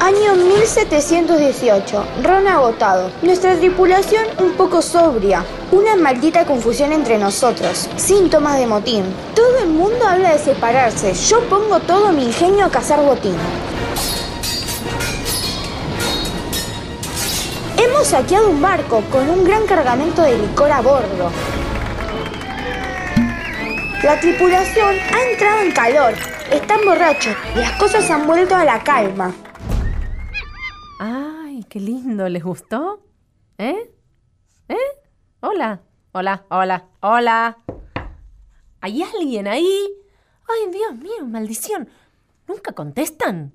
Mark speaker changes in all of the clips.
Speaker 1: Año 1718. Ron agotado. Nuestra tripulación un poco sobria. Una maldita confusión entre nosotros. Síntomas de motín. Todo el mundo habla de separarse. Yo pongo todo mi ingenio a cazar botín. Hemos saqueado un barco con un gran cargamento de licor a bordo. La tripulación ha entrado en calor, están borrachos y las cosas han vuelto a la calma.
Speaker 2: Ay, qué lindo, ¿les gustó? ¿Eh? ¿Eh? Hola, hola, hola, hola. ¿Hay alguien ahí? Ay, Dios mío, maldición. Nunca contestan.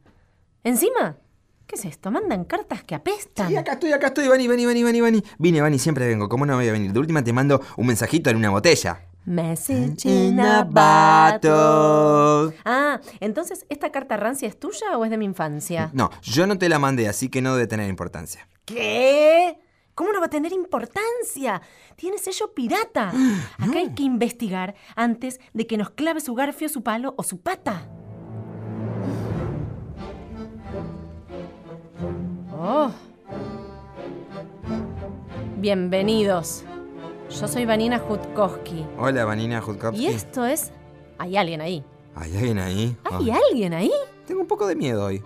Speaker 2: Encima, ¿qué es esto? Mandan cartas que apestan.
Speaker 3: Sí, acá estoy, acá estoy, Vani, Vani, Vani, Vani, Vani. Vine, Vani, siempre vengo. ¿Cómo no voy a venir? De última te mando un mensajito en una botella.
Speaker 2: Message in a bottle.
Speaker 3: Chinabato.
Speaker 2: Ah, entonces, ¿esta carta rancia es tuya o es de mi infancia?
Speaker 3: No, yo no te la mandé, así que no debe tener importancia.
Speaker 2: ¿Qué? ¿Cómo no va a tener importancia? Tiene sello pirata. Acá hay que investigar antes de que nos clave su garfio, su palo o su pata. Oh. Bienvenidos. Yo soy Vanina Jutkowski.
Speaker 3: Hola, Vanina Judkowski.
Speaker 2: Y esto es... Hay alguien ahí.
Speaker 3: ¿Hay alguien ahí?
Speaker 2: ¿Hay
Speaker 3: Ay,
Speaker 2: alguien ahí?
Speaker 3: Tengo un poco de miedo hoy.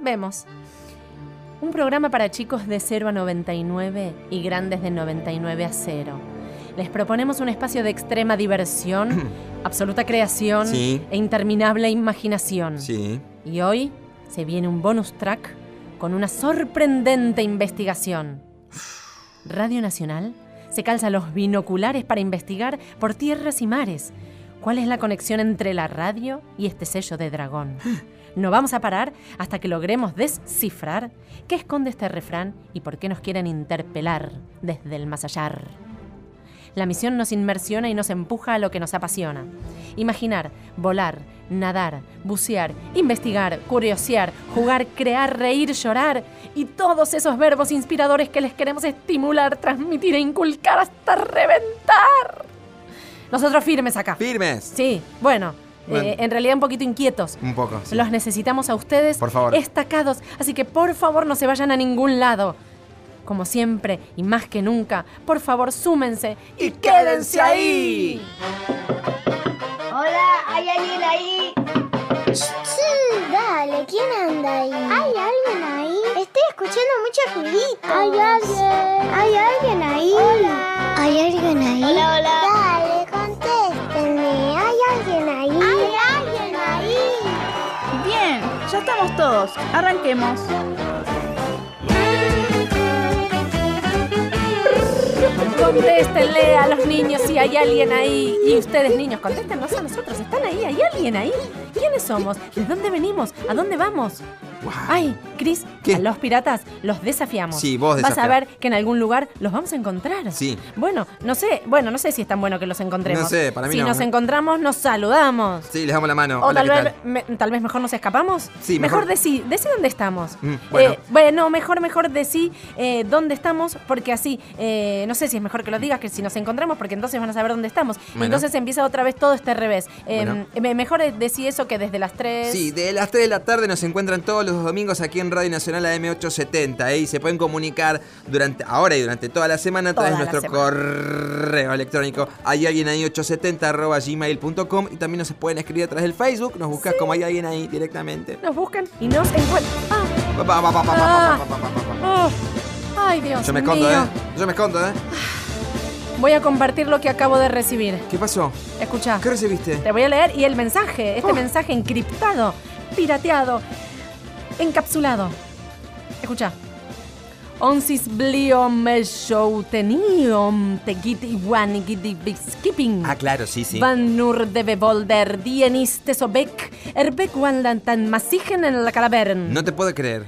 Speaker 2: Vemos. Un programa para chicos de 0 a 99 y grandes de 99 a 0. Les proponemos un espacio de extrema diversión, absoluta creación
Speaker 3: Sí.
Speaker 2: e interminable imaginación.
Speaker 3: Sí.
Speaker 2: Y hoy se viene un bonus track con una sorprendente investigación. Radio Nacional se calza los binoculares para investigar por tierras y mares cuál es la conexión entre la radio y este sello de dragón. No vamos a parar hasta que logremos descifrar qué esconde este refrán y por qué nos quieren interpelar desde el más allá. La misión nos inmersiona y nos empuja a lo que nos apasiona. Imaginar, volar, nadar, bucear, investigar, curiosear, jugar, crear, reír, llorar y todos esos verbos inspiradores que les queremos estimular, transmitir e inculcar hasta reventar. Nosotros firmes acá.
Speaker 3: ¡Firmes!
Speaker 2: Sí, bueno,
Speaker 3: Bueno.
Speaker 2: eh, en realidad un poquito inquietos.
Speaker 3: Un poco. sí.
Speaker 2: Los necesitamos a ustedes
Speaker 3: Por favor.
Speaker 2: estacados, así que por favor no se vayan a ningún lado. Como siempre y más que nunca, por favor súmense y, quédense ahí.
Speaker 4: Hola, ¿hay alguien ahí?
Speaker 5: Sí, dale, ¿quién anda ahí?
Speaker 4: ¿Hay alguien ahí?
Speaker 5: Estoy escuchando mucha juguito.
Speaker 4: ¿Hay alguien?
Speaker 5: ¿Hay alguien ahí?
Speaker 4: Hola.
Speaker 5: ¿Hay alguien ahí?
Speaker 4: Hola, hola.
Speaker 5: Dale, contéstenme. ¿Hay alguien ahí?
Speaker 4: ¿Hay alguien ahí?
Speaker 6: Bien, ya estamos todos. Arranquemos.
Speaker 2: Contéstenle a los niños si hay alguien ahí. Y ustedes niños, contéstenos a nosotros. ¿Están ahí? ¿Hay alguien ahí? ¿Quiénes somos? ¿De dónde venimos? ¿A dónde vamos?
Speaker 3: Guau.
Speaker 2: Ay, Cris,
Speaker 3: ¿Qué?
Speaker 2: a los piratas los desafiamos.
Speaker 3: Sí, vos
Speaker 2: Vas a
Speaker 3: desafía.
Speaker 2: ver que en algún lugar los vamos a encontrar.
Speaker 3: Sí.
Speaker 2: Bueno, no sé, bueno, no sé si es tan bueno que los encontremos.
Speaker 3: No sé, para mí
Speaker 2: Si
Speaker 3: no,
Speaker 2: nos
Speaker 3: ¿eh?
Speaker 2: encontramos, nos saludamos.
Speaker 3: Sí, les damos la mano.
Speaker 2: O
Speaker 3: Hola,
Speaker 2: tal
Speaker 3: ¿qué
Speaker 2: vez, me- tal vez mejor nos escapamos.
Speaker 3: Sí,
Speaker 2: mejor.
Speaker 3: mejor.
Speaker 2: decí, decí dónde estamos.
Speaker 3: Mm, bueno.
Speaker 2: Eh, bueno, mejor, mejor decí eh, dónde estamos, porque así, eh, no sé si es mejor que lo digas que si nos encontramos, porque entonces van a saber dónde estamos. Y
Speaker 3: Bueno.
Speaker 2: Entonces empieza otra vez todo este revés. Eh,
Speaker 3: Bueno.
Speaker 2: me- Mejor decí eso que desde las 3.
Speaker 3: Sí, de las 3 de la tarde nos encuentran todos los domingos aquí en Radio Nacional AM870 ¿eh? y se pueden comunicar durante ahora y durante toda la semana a través de
Speaker 2: Toda la
Speaker 3: nuestro correo electrónico hay alguien ahí 870 arroba gmail.com y también nos pueden escribir a través del Facebook, nos buscas como hay alguien ahí directamente.
Speaker 2: Nos buscan y nos encuentran. Ah,
Speaker 3: Pa, pa, pa, pa, pa, pa,
Speaker 2: Ah.
Speaker 3: pa, pa, pa, pa.
Speaker 2: oh, Ay, Ah, Dios
Speaker 3: Yo me escondo,
Speaker 2: mío.
Speaker 3: ¿eh? Yo me escondo, ¿eh?
Speaker 2: Voy a compartir lo que acabo de recibir.
Speaker 3: ¿Qué pasó?
Speaker 2: Escucha.
Speaker 3: ¿Qué recibiste?
Speaker 2: Te voy a leer y el mensaje, este mensaje encriptado, pirateado, encapsulado. Escucha. Onsis bliom shouteniom te git iwan skipping.
Speaker 3: Ah, claro, sí, sí.
Speaker 2: Van nur de bevolder dieniste sobek erbek wan lantan masigen en la calavern.
Speaker 3: No te puedo creer.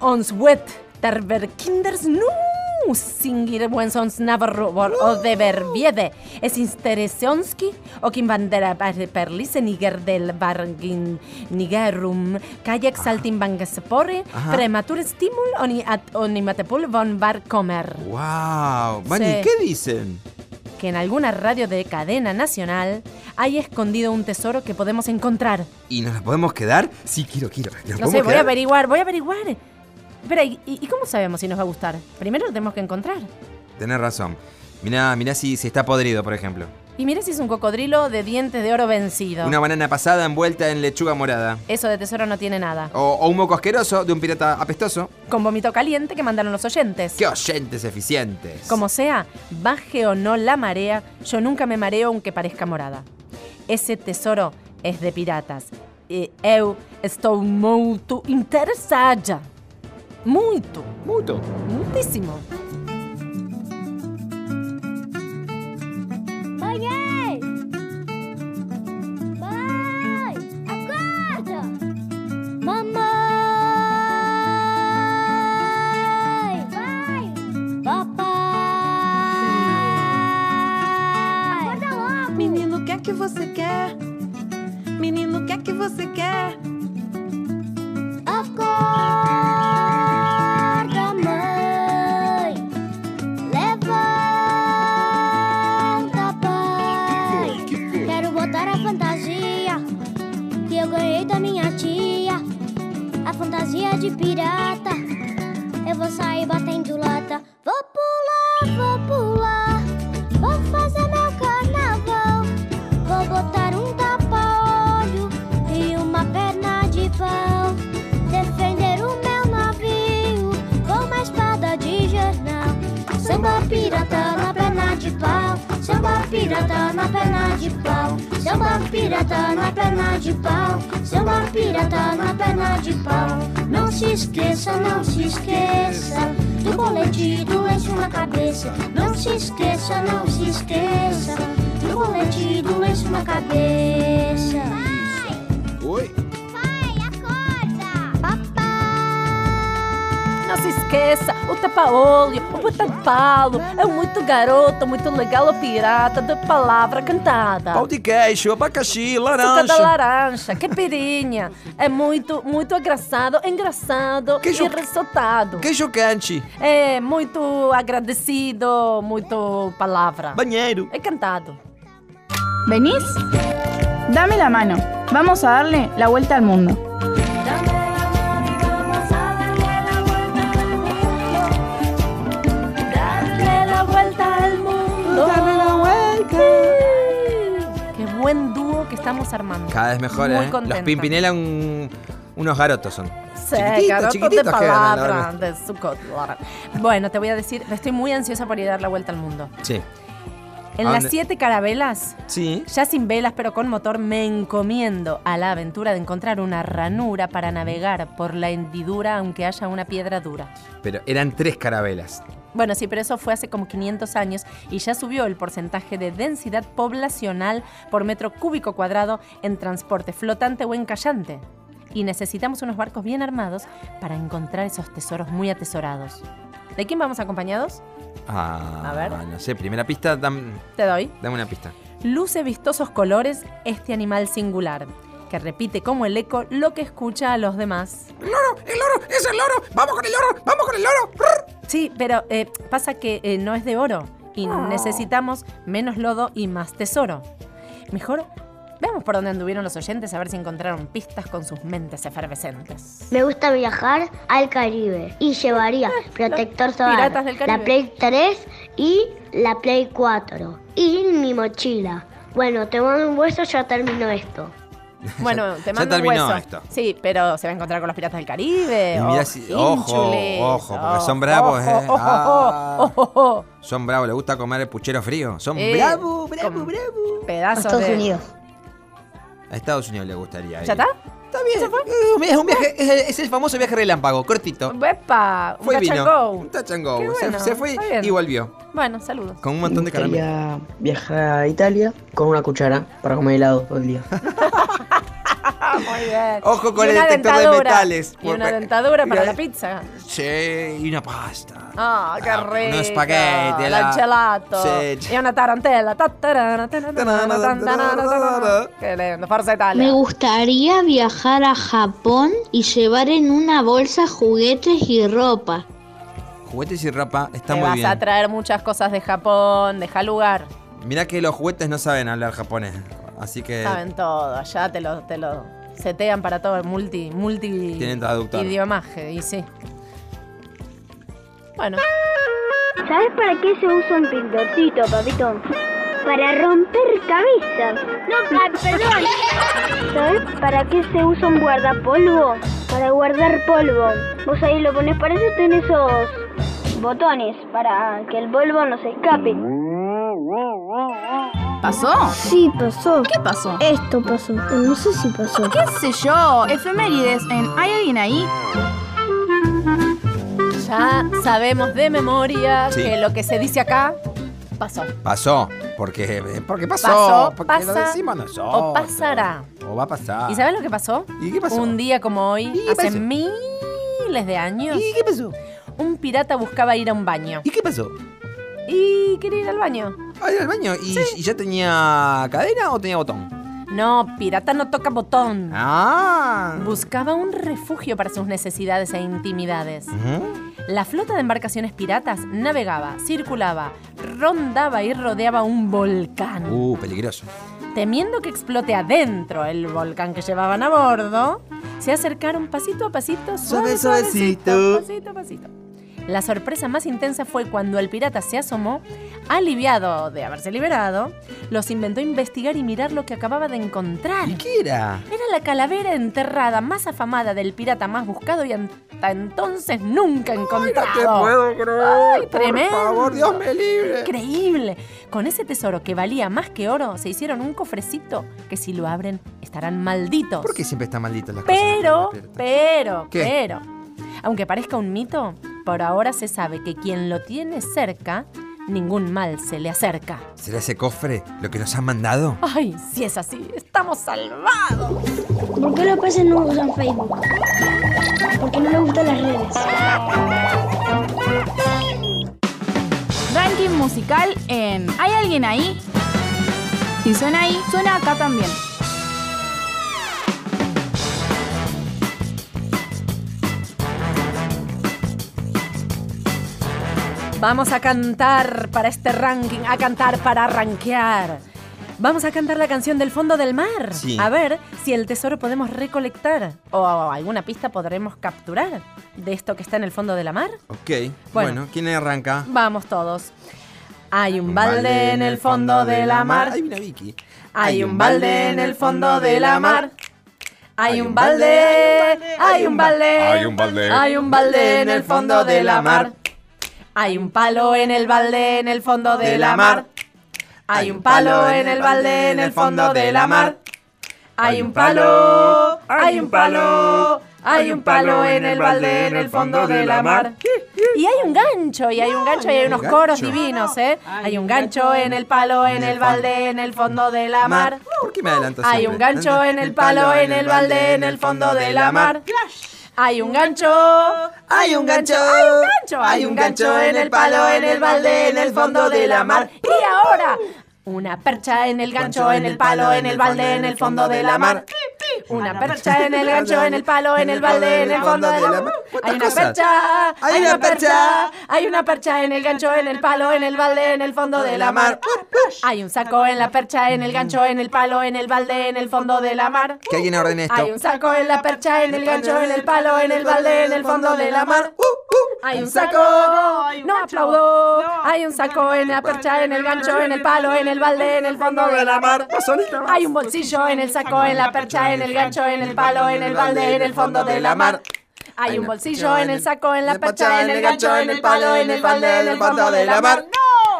Speaker 2: Ons wet terver kinders nu singir buen sons navarro vor o deber viede. Es interesonski o quin bandera per perlise niger del bargin nigerum kajek saltim bangasepore
Speaker 3: Ajá.
Speaker 2: prematur stimul oni at oni matepul von bar comer.
Speaker 3: ¡Wow!
Speaker 2: Sí.
Speaker 3: Vani, ¿qué dicen?
Speaker 2: que en alguna radio de cadena nacional hay escondido un tesoro que podemos encontrar.
Speaker 3: ¿Y nos la podemos quedar? Sí, quiero, quiero. ¿Nos
Speaker 2: No
Speaker 3: podemos
Speaker 2: sé, voy a
Speaker 3: quedar?
Speaker 2: averiguar, voy a averiguar. Espera, ¿y, y- y cómo sabemos si nos va a gustar? Primero lo tenemos que encontrar.
Speaker 3: Tenés razón. Mirá, mirá si, si está podrido, por ejemplo.
Speaker 2: Y mira si es un cocodrilo de dientes de oro vencido.
Speaker 3: Una banana pasada envuelta en lechuga morada.
Speaker 2: Eso de tesoro no tiene nada.
Speaker 3: O, o un moco asqueroso de un pirata apestoso.
Speaker 2: Con vómito caliente que mandaron los oyentes.
Speaker 3: ¡Qué oyentes eficientes!
Speaker 2: Como sea, baje o no la marea, yo nunca me mareo aunque parezca morada. Ese tesoro es de piratas. E eu estou muito interessada. Muito,
Speaker 3: Muto.
Speaker 2: muitíssimo.
Speaker 4: Oye. Bye. Acorda. Mamãe. Vai. Papai. Acorda logo.
Speaker 7: Menino, o que é que você quer? Menino, o que é que você quer?
Speaker 4: Acorda, mãe. Levanta, pai. Quero botar a fantasia que eu ganhei da minha tia. A fantasia de pirata. Eu vou sair batendo lata. Vou pular, vou pular. Vou fazer meu carnaval. Vou botar um tapa-olho e uma perna de pau. Defender o meu navio com uma espada de jornal. Samba pirata na perna de pau. Samba pirata na perna de pau. Samba pirata na perna de pau. Samba pirata na perna de pau. Não se esqueça, não se esqueça do colete do lenço na cabeça. Não se esqueça, não se esqueça do colete do lenço na cabeça.
Speaker 3: Uy.
Speaker 4: Pai, acorda!
Speaker 2: Não se esqueça, o tapa-olho, o botar-palo é muito garoto, muito legal o pirata de palavra cantada.
Speaker 3: Pau de queijo, abacaxi,
Speaker 2: Suca da
Speaker 3: laranja.
Speaker 2: laranja, caipirinha. É muito, muito engraçado, engraçado
Speaker 3: Que
Speaker 2: e
Speaker 3: ju-
Speaker 2: resultado.
Speaker 3: Queijo canchi.
Speaker 2: É muito agradecido, muito palavra.
Speaker 3: Bañero.
Speaker 2: É cantado.
Speaker 6: ¿Venís? Dame la mano. Vamos a darle la vuelta al mundo.
Speaker 2: Dale la vuelta al mundo. Qué buen dúo que estamos armando.
Speaker 3: Cada vez mejor,
Speaker 2: Muy
Speaker 3: ¿eh?
Speaker 2: contenta.
Speaker 3: Los Pimpinela un- unos garotos son.
Speaker 2: Sí,
Speaker 3: Chiquititos,
Speaker 2: garotos
Speaker 3: chiquititos
Speaker 2: de
Speaker 3: quedan, la
Speaker 2: palabra,
Speaker 3: verdad.
Speaker 2: de Sucot. Bueno, te voy a decir, estoy muy ansiosa por ir a dar la vuelta al mundo.
Speaker 3: Sí.
Speaker 2: En
Speaker 3: ¿A
Speaker 2: las
Speaker 3: dónde?
Speaker 2: siete carabelas
Speaker 3: Sí.
Speaker 2: Ya sin velas pero con motor me encomiendo a la aventura de encontrar una ranura para navegar por la hendidura aunque haya una piedra dura.
Speaker 3: Pero eran tres carabelas.
Speaker 2: Bueno, sí, pero eso fue hace como 500 años y ya subió el porcentaje de densidad poblacional por metro cúbico cuadrado en transporte flotante o encallante. Y necesitamos unos barcos bien armados para encontrar esos tesoros muy atesorados. ¿De quién vamos acompañados?
Speaker 3: Ah,
Speaker 2: A ver.
Speaker 3: no sé. Primera pista, dam-
Speaker 2: Te doy.
Speaker 3: dame una pista.
Speaker 2: Luce vistosos colores este animal singular, que repite como el eco lo que escucha a los demás.
Speaker 3: ¡El oro! ¡Es el oro! ¡Vamos con el oro! ¡Vamos con el oro!
Speaker 2: Sí, pero eh, pasa que eh, no es de oro y
Speaker 3: Ah.
Speaker 2: necesitamos menos lodo y más tesoro. Mejor veamos por dónde anduvieron los oyentes a ver si encontraron pistas con sus mentes efervescentes.
Speaker 5: Me gusta viajar al Caribe y
Speaker 4: Ah,
Speaker 5: llevaría protector solar,
Speaker 2: piratas del Caribe.
Speaker 5: la Play 3 y la Play 4 y mi mochila. Bueno, te mando un hueso, ya termino esto.
Speaker 2: Bueno, te
Speaker 3: Ya- ya
Speaker 2: mando un
Speaker 3: terminó
Speaker 2: hueso.
Speaker 3: esto.
Speaker 2: Sí, pero se va a encontrar con los piratas del Caribe.
Speaker 3: Y
Speaker 2: o
Speaker 3: mirá si- ojo,
Speaker 2: Hinchules,
Speaker 3: ojo, porque
Speaker 2: o-
Speaker 3: son bravos,
Speaker 2: ojo,
Speaker 3: ¿eh?
Speaker 2: ojo,
Speaker 3: Ah.
Speaker 2: ojo, ojo.
Speaker 3: Son bravos, les gusta comer el puchero frío. Son
Speaker 2: Eh,
Speaker 3: bravos, bravos,
Speaker 2: con
Speaker 3: bravos.
Speaker 2: Pedazos
Speaker 5: Estados
Speaker 2: de...
Speaker 5: Unidos.
Speaker 3: A Estados Unidos le gustaría. ir.
Speaker 2: ¿Ya está?
Speaker 3: Está bien. Eh, Es, un viaje, es, es el famoso viaje relámpago, cortito.
Speaker 2: ¡Bepa! ¡Un
Speaker 3: Fue y
Speaker 2: touch
Speaker 3: vino.
Speaker 2: and go.
Speaker 3: Un touch and go.
Speaker 2: Qué
Speaker 3: Se-
Speaker 2: bueno,
Speaker 3: se, fue
Speaker 2: está bien.
Speaker 3: y volvió.
Speaker 2: Bueno, saludos.
Speaker 3: Con un montón de caramelos.
Speaker 8: Quería viajar a Italia con una cuchara para comer helado todo el día.
Speaker 2: Ah, muy bien.
Speaker 3: Ojo con
Speaker 2: Y
Speaker 3: el
Speaker 2: una
Speaker 3: detector de
Speaker 2: dentadura.
Speaker 3: metales.
Speaker 2: Y una dentadura para la pizza.
Speaker 3: Sí, y una pasta.
Speaker 2: Ah, qué rico.
Speaker 3: Unos espaguetti. la-
Speaker 2: L'ancellato.
Speaker 3: Sí.
Speaker 2: E una tarantella. Ta- tarana, tarana, tarana, tarana, tarana. Qué lindo. Forza
Speaker 9: Me
Speaker 2: Italia.
Speaker 9: gustaría viajar a Japón y llevar en una bolsa juguetes y ropa.
Speaker 3: Juguetes y ropa
Speaker 2: Te
Speaker 3: está muy
Speaker 2: vas
Speaker 3: bien.
Speaker 2: a traer muchas cosas de Japón. Deja lugar.
Speaker 3: Mirá que los juguetes no saben hablar japonés. Así que
Speaker 2: Saben todo, allá te lo, te lo setean para todo el multi, multi
Speaker 3: tienen traductor.
Speaker 2: idiomaje, y sí. Bueno,
Speaker 5: ¿Sabes para qué se usa un pintorcito, papito? Para romper cabezas. No, pa- perdón. ¿Sabes para qué se usa un guardapolvo? Para guardar polvo. Vos ahí lo pones, para eso tenés esos botones, para que el polvo no se escape.
Speaker 6: ¿Pasó?
Speaker 5: Sí, pasó.
Speaker 6: ¿Qué pasó?
Speaker 5: Esto pasó. No sé si pasó.
Speaker 6: ¿Qué sé yo? Efemérides en ¿Hay alguien ahí?
Speaker 2: ya sabemos de memoria
Speaker 3: Sí.
Speaker 2: que lo que se dice acá pasó.
Speaker 3: Pasó. Porque, porque pasó.
Speaker 2: Pasó,
Speaker 3: porque lo
Speaker 2: pasa,
Speaker 3: decimos nosotros.
Speaker 2: o pasará.
Speaker 3: O va a pasar.
Speaker 2: ¿Y sabes lo que pasó?
Speaker 3: ¿Y qué pasó?
Speaker 2: Un día como hoy,
Speaker 3: ¿Y qué
Speaker 2: hace
Speaker 3: pasó?
Speaker 2: miles de años,
Speaker 3: ¿Y qué pasó?
Speaker 2: un pirata buscaba ir a un baño.
Speaker 3: ¿Y qué pasó?
Speaker 2: Y quería ir al baño.
Speaker 3: Ah, era el baño. ¿Y, y ya tenía cadena o tenía botón?
Speaker 2: No, pirata no toca botón.
Speaker 3: Ah.
Speaker 2: Buscaba un refugio para sus necesidades e intimidades.
Speaker 3: Ujú.
Speaker 2: La flota de embarcaciones piratas navegaba, circulaba, rondaba y rodeaba un volcán.
Speaker 3: Uh, peligroso.
Speaker 2: Temiendo que explote adentro el volcán que llevaban a bordo, se acercaron pasito a pasito, suave,
Speaker 3: Suave,
Speaker 2: suavecito,
Speaker 3: suavecito.
Speaker 2: pasito a pasito. La sorpresa más intensa fue cuando el pirata se asomó, aliviado de haberse liberado, los inventó investigar y mirar lo que acababa de encontrar.
Speaker 3: ¿Y qué era?
Speaker 2: Era la calavera enterrada más afamada del pirata más buscado y hasta entonces nunca encontrado.
Speaker 3: creer.
Speaker 2: Ay, tremendo.
Speaker 3: libre.
Speaker 2: Increíble. Con ese tesoro que valía más que oro, se hicieron un cofrecito que si lo abren estarán malditos.
Speaker 3: ¿Por qué siempre están malditas las
Speaker 2: Pero,
Speaker 3: cosas?
Speaker 2: pero,
Speaker 3: ¿Qué?
Speaker 2: pero. Aunque parezca un mito, por ahora se sabe que quien lo tiene cerca, ningún mal se le acerca.
Speaker 3: ¿Será ese cofre lo que nos han mandado?
Speaker 2: Ay, si es así, estamos salvados.
Speaker 4: ¿Por qué los peces no usan Facebook? Porque no les gustan las redes.
Speaker 6: Ranking musical en ¿Hay alguien ahí? Si suena ahí, suena acá también.
Speaker 2: Vamos a cantar para este ranking, a cantar para rankear. Vamos a cantar la canción del fondo del mar.
Speaker 3: Sí.
Speaker 2: A ver si el tesoro podemos recolectar o alguna pista podremos capturar de esto que está en el fondo de la mar.
Speaker 3: Ok. Bueno,
Speaker 2: Bueno,
Speaker 3: ¿quién arranca?
Speaker 2: Vamos todos. Hay un balde en el fondo de la mar.
Speaker 3: Hay una Vicky.
Speaker 2: Hay un balde en el fondo de la mar. Hay un balde, hay un balde, hay un balde, hay un balde en el fondo de la mar. Hay un palo en el balde en el fondo de la mar. Hay un palo en el balde en el fondo de la mar. Hay un palo, hay un palo, hay un palo en el balde en el fondo de la mar. Y hay un gancho, y hay un gancho, y hay unos
Speaker 3: gancho.
Speaker 2: coros divinos, ¿eh? Hay un gancho en el palo, en el balde, en el fondo de la mar.
Speaker 3: ¿Por qué me adelanto
Speaker 2: Hay
Speaker 3: siempre?
Speaker 2: un gancho en el palo, en el balde, en el fondo de la mar. Hay un gancho, hay un gancho, hay un gancho, hay un gancho en el palo, en el balde, en el fondo de la mar. Y ahora, una percha en el gancho, en el palo, en el balde, en el fondo de la mar. Una percha en el gancho, en el palo, en el balde, en el fondo de la mar. Hay una
Speaker 3: ¿Cuántas
Speaker 2: percha,
Speaker 3: cosas?
Speaker 2: hay una percha, hay una percha en el gancho, en el palo, en el balde, en el fondo de la mar. Hay un saco en la percha, en el gancho, en el palo, en el balde, en el fondo de la mar.
Speaker 3: Que alguien ordene esto.
Speaker 2: Hay un saco en la percha, en el gancho, en el palo, en el balde, en el fondo de la mar.
Speaker 3: Uh, uh.
Speaker 2: Hay un saco, no aplaudo. Hay un saco en la percha, en el gancho, en el palo, en el balde, en el fondo de la mar.
Speaker 3: Más solita, más.
Speaker 2: Hay un bolsillo en el saco, en la percha, en el gancho, en el palo, en el balde, en el fondo de la mar. Hay un bolsillo en el saco, en la percha, en el gancho, en el palo, en el balde, en el fondo de la mar. ¡No!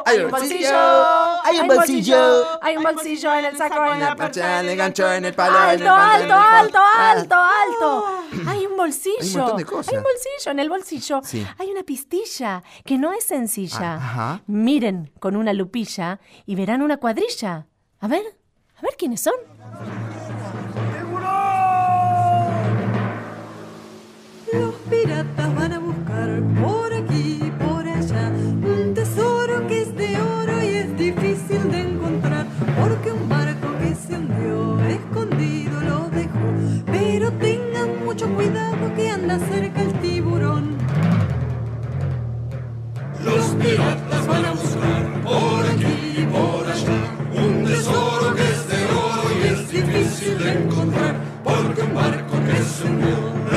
Speaker 2: Hay un bolsillo, hay un bolsillo, hay un bolsillo en el saco, en la
Speaker 3: Percha
Speaker 2: percha,
Speaker 3: en el gancho, en el palo, en
Speaker 2: Alto,
Speaker 3: el balde, en
Speaker 2: alto,
Speaker 3: el fondo.
Speaker 2: alto, alto, alto. Ah. Hay un bolsillo.
Speaker 3: Hay un montón de cosas.
Speaker 2: Hay un bolsillo. En el bolsillo
Speaker 3: Sí.
Speaker 2: hay una pistilla que no es sencilla.
Speaker 3: Ah, ajá.
Speaker 2: Miren con una lupilla y verán una cuadrilla. A ver, a ver quiénes son.
Speaker 7: Los piratas van a buscar por aquí y por allá un tesoro que es de oro y es difícil de encontrar porque un barco que se hundió escondido lo dejó. Pero tengan mucho cuidado que anda cerca el tiburón. Los piratas van a buscar por aquí y por allá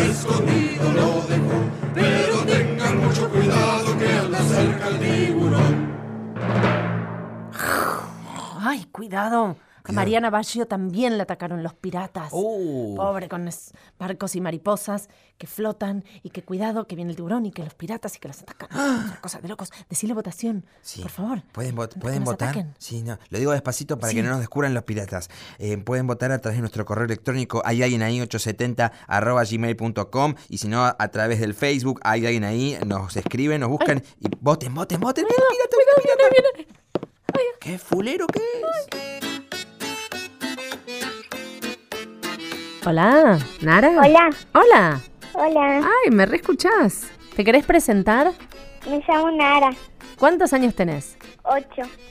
Speaker 10: escondido lo dejó. Pero tengan mucho cuidado que anda cerca el tiburón.
Speaker 2: ¡Ay, cuidado! A Mariana Baggio también la atacaron los piratas.
Speaker 3: Oh.
Speaker 2: Pobre con los barcos y mariposas que flotan y que cuidado que viene el tiburón y que los piratas y que los atacan. Es una cosa de locos. Decile votación,
Speaker 3: Sí.
Speaker 2: por favor.
Speaker 3: ¿Pueden, vo-
Speaker 2: que
Speaker 3: pueden
Speaker 2: nos
Speaker 3: votar?
Speaker 2: ataquen.
Speaker 3: Sí, no. Lo digo despacito para que
Speaker 2: Sí.
Speaker 3: no nos descubran los piratas. Eh, pueden votar a través de nuestro correo electrónico hay alguien ahí 870 arroba gmail.com y si no a través del Facebook hay alguien ahí, nos escriben, nos buscan y voten, voten, voten. ¡Viene el pirata, viene el pirata! ¡Qué fulero que es!
Speaker 2: Hola, Nara.
Speaker 5: Hola.
Speaker 2: Hola.
Speaker 5: Hola,
Speaker 2: Ay, me reescuchás. ¿Te querés presentar?
Speaker 5: me llamo Nara,
Speaker 2: ¿Cuántos años tenés?
Speaker 5: 8,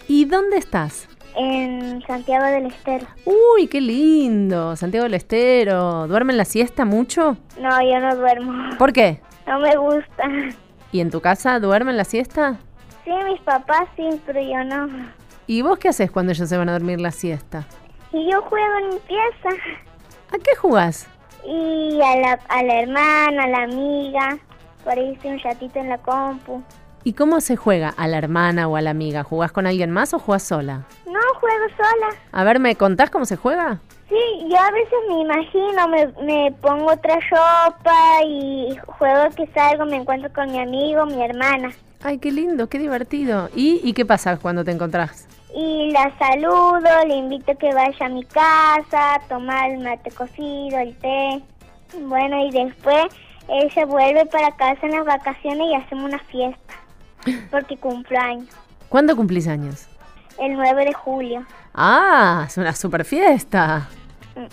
Speaker 2: ¿Y dónde estás?
Speaker 5: en Santiago del Estero.
Speaker 2: Uy, qué lindo. Santiago del Estero. ¿Duermen la siesta mucho?
Speaker 5: No, yo no duermo.
Speaker 2: ¿Por qué?
Speaker 5: No me gusta.
Speaker 2: ¿Y en tu casa duermen la siesta?
Speaker 5: Sí, mis papás sí, pero yo no.
Speaker 2: ¿Y vos qué haces cuando ellos se van a dormir la siesta?
Speaker 5: Y yo juego en mi pieza.
Speaker 2: ¿A qué jugás?
Speaker 5: Y a la, a la hermana, a la amiga. Por ahí estoy un ratito en la compu.
Speaker 2: ¿Y cómo se juega? ¿A la hermana o a la amiga? ¿Jugás con alguien más o jugás sola?
Speaker 5: No, juego sola.
Speaker 2: A ver, ¿me contás cómo se juega?
Speaker 5: Sí, yo a veces me imagino, me, me pongo otra ropa y juego que salgo, me encuentro con mi amigo, mi hermana.
Speaker 2: Ay, qué lindo, qué divertido. ¿Y, y qué pasa cuando te encontrás?
Speaker 5: Y la saludo, le invito a que vaya a mi casa, a tomar el mate cocido, el té. Bueno, y después él se vuelve para casa en las vacaciones y hacemos una fiesta. Porque cumpleaños,
Speaker 2: ¿Cuándo cumplís años?
Speaker 5: el 9 de julio.
Speaker 2: Ah, es una super fiesta. Mm.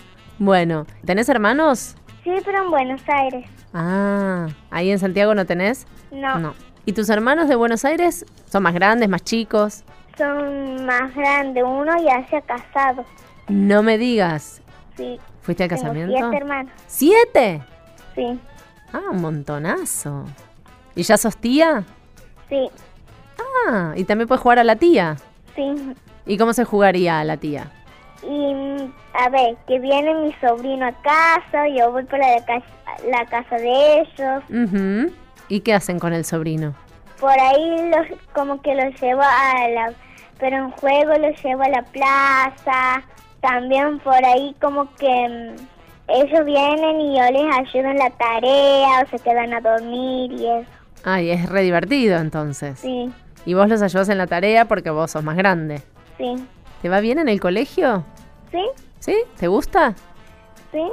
Speaker 2: Bueno, ¿tenés hermanos?
Speaker 5: Sí, pero en Buenos Aires.
Speaker 2: Ah, ¿ahí en Santiago no tenés?
Speaker 5: No,
Speaker 2: ¿Y tus hermanos de Buenos Aires son más grandes, más chicos?
Speaker 5: son más grandes. Uno ya se ha casado.
Speaker 2: No me digas.
Speaker 5: Sí.
Speaker 2: ¿Fuiste al
Speaker 5: Tengo
Speaker 2: casamiento?
Speaker 5: siete hermanos.
Speaker 2: ¿Siete?
Speaker 5: Sí,
Speaker 2: Ah, un montonazo. ¿Y ya sos tía?
Speaker 5: sí,
Speaker 2: Ah, y también puedes jugar a la tía.
Speaker 5: sí.
Speaker 2: ¿Y cómo se jugaría a la tía?
Speaker 5: Y mm, a ver, que viene mi sobrino a casa, yo voy para la, ca- la casa de ellos.
Speaker 2: Ujú. ¿Y qué hacen con el sobrino?
Speaker 5: Por ahí los, como que los llevo a la... Pero en juego los llevo a la plaza. También por ahí como que mm, ellos vienen y yo les ayudo en la tarea o se quedan a dormir y eso.
Speaker 2: Ay, es re divertido entonces.
Speaker 5: Sí,
Speaker 2: Y vos los ayudás en la tarea porque vos sos más grande.
Speaker 5: sí,
Speaker 2: ¿Te va bien en el colegio?
Speaker 5: sí,
Speaker 2: ¿Sí? ¿Te gusta?
Speaker 5: sí.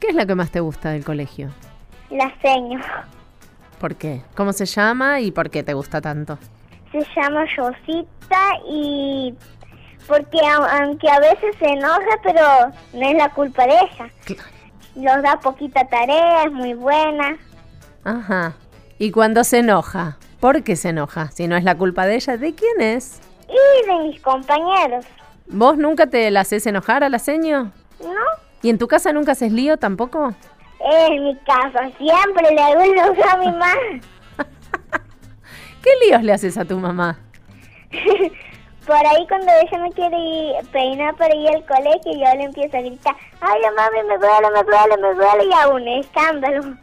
Speaker 2: ¿Qué es lo que más te gusta del colegio?
Speaker 5: La seño.
Speaker 2: ¿Por qué? ¿Cómo se llama y por qué te gusta tanto?
Speaker 5: se llama Rosita y porque a- aunque a veces se enoja, pero no es la culpa de ella. Los da poquita tarea, es muy buena.
Speaker 2: Ajá. ¿Y cuando se enoja? ¿Por qué se enoja? Si no es la culpa de ella, ¿de quién es?
Speaker 5: Y de mis compañeros,
Speaker 2: ¿Vos nunca te la haces enojar a la seño?
Speaker 5: ¿no?
Speaker 2: ¿Y en tu casa nunca haces lío tampoco?
Speaker 5: En mi casa siempre le hago enojar a mi mamá.
Speaker 2: ¿Qué líos le haces a tu mamá?
Speaker 5: Por ahí cuando ella me quiere ir- peinar para ir al colegio, yo le empiezo a gritar, ay, la mami, me duele, me duele, me duele, y aún escándalo.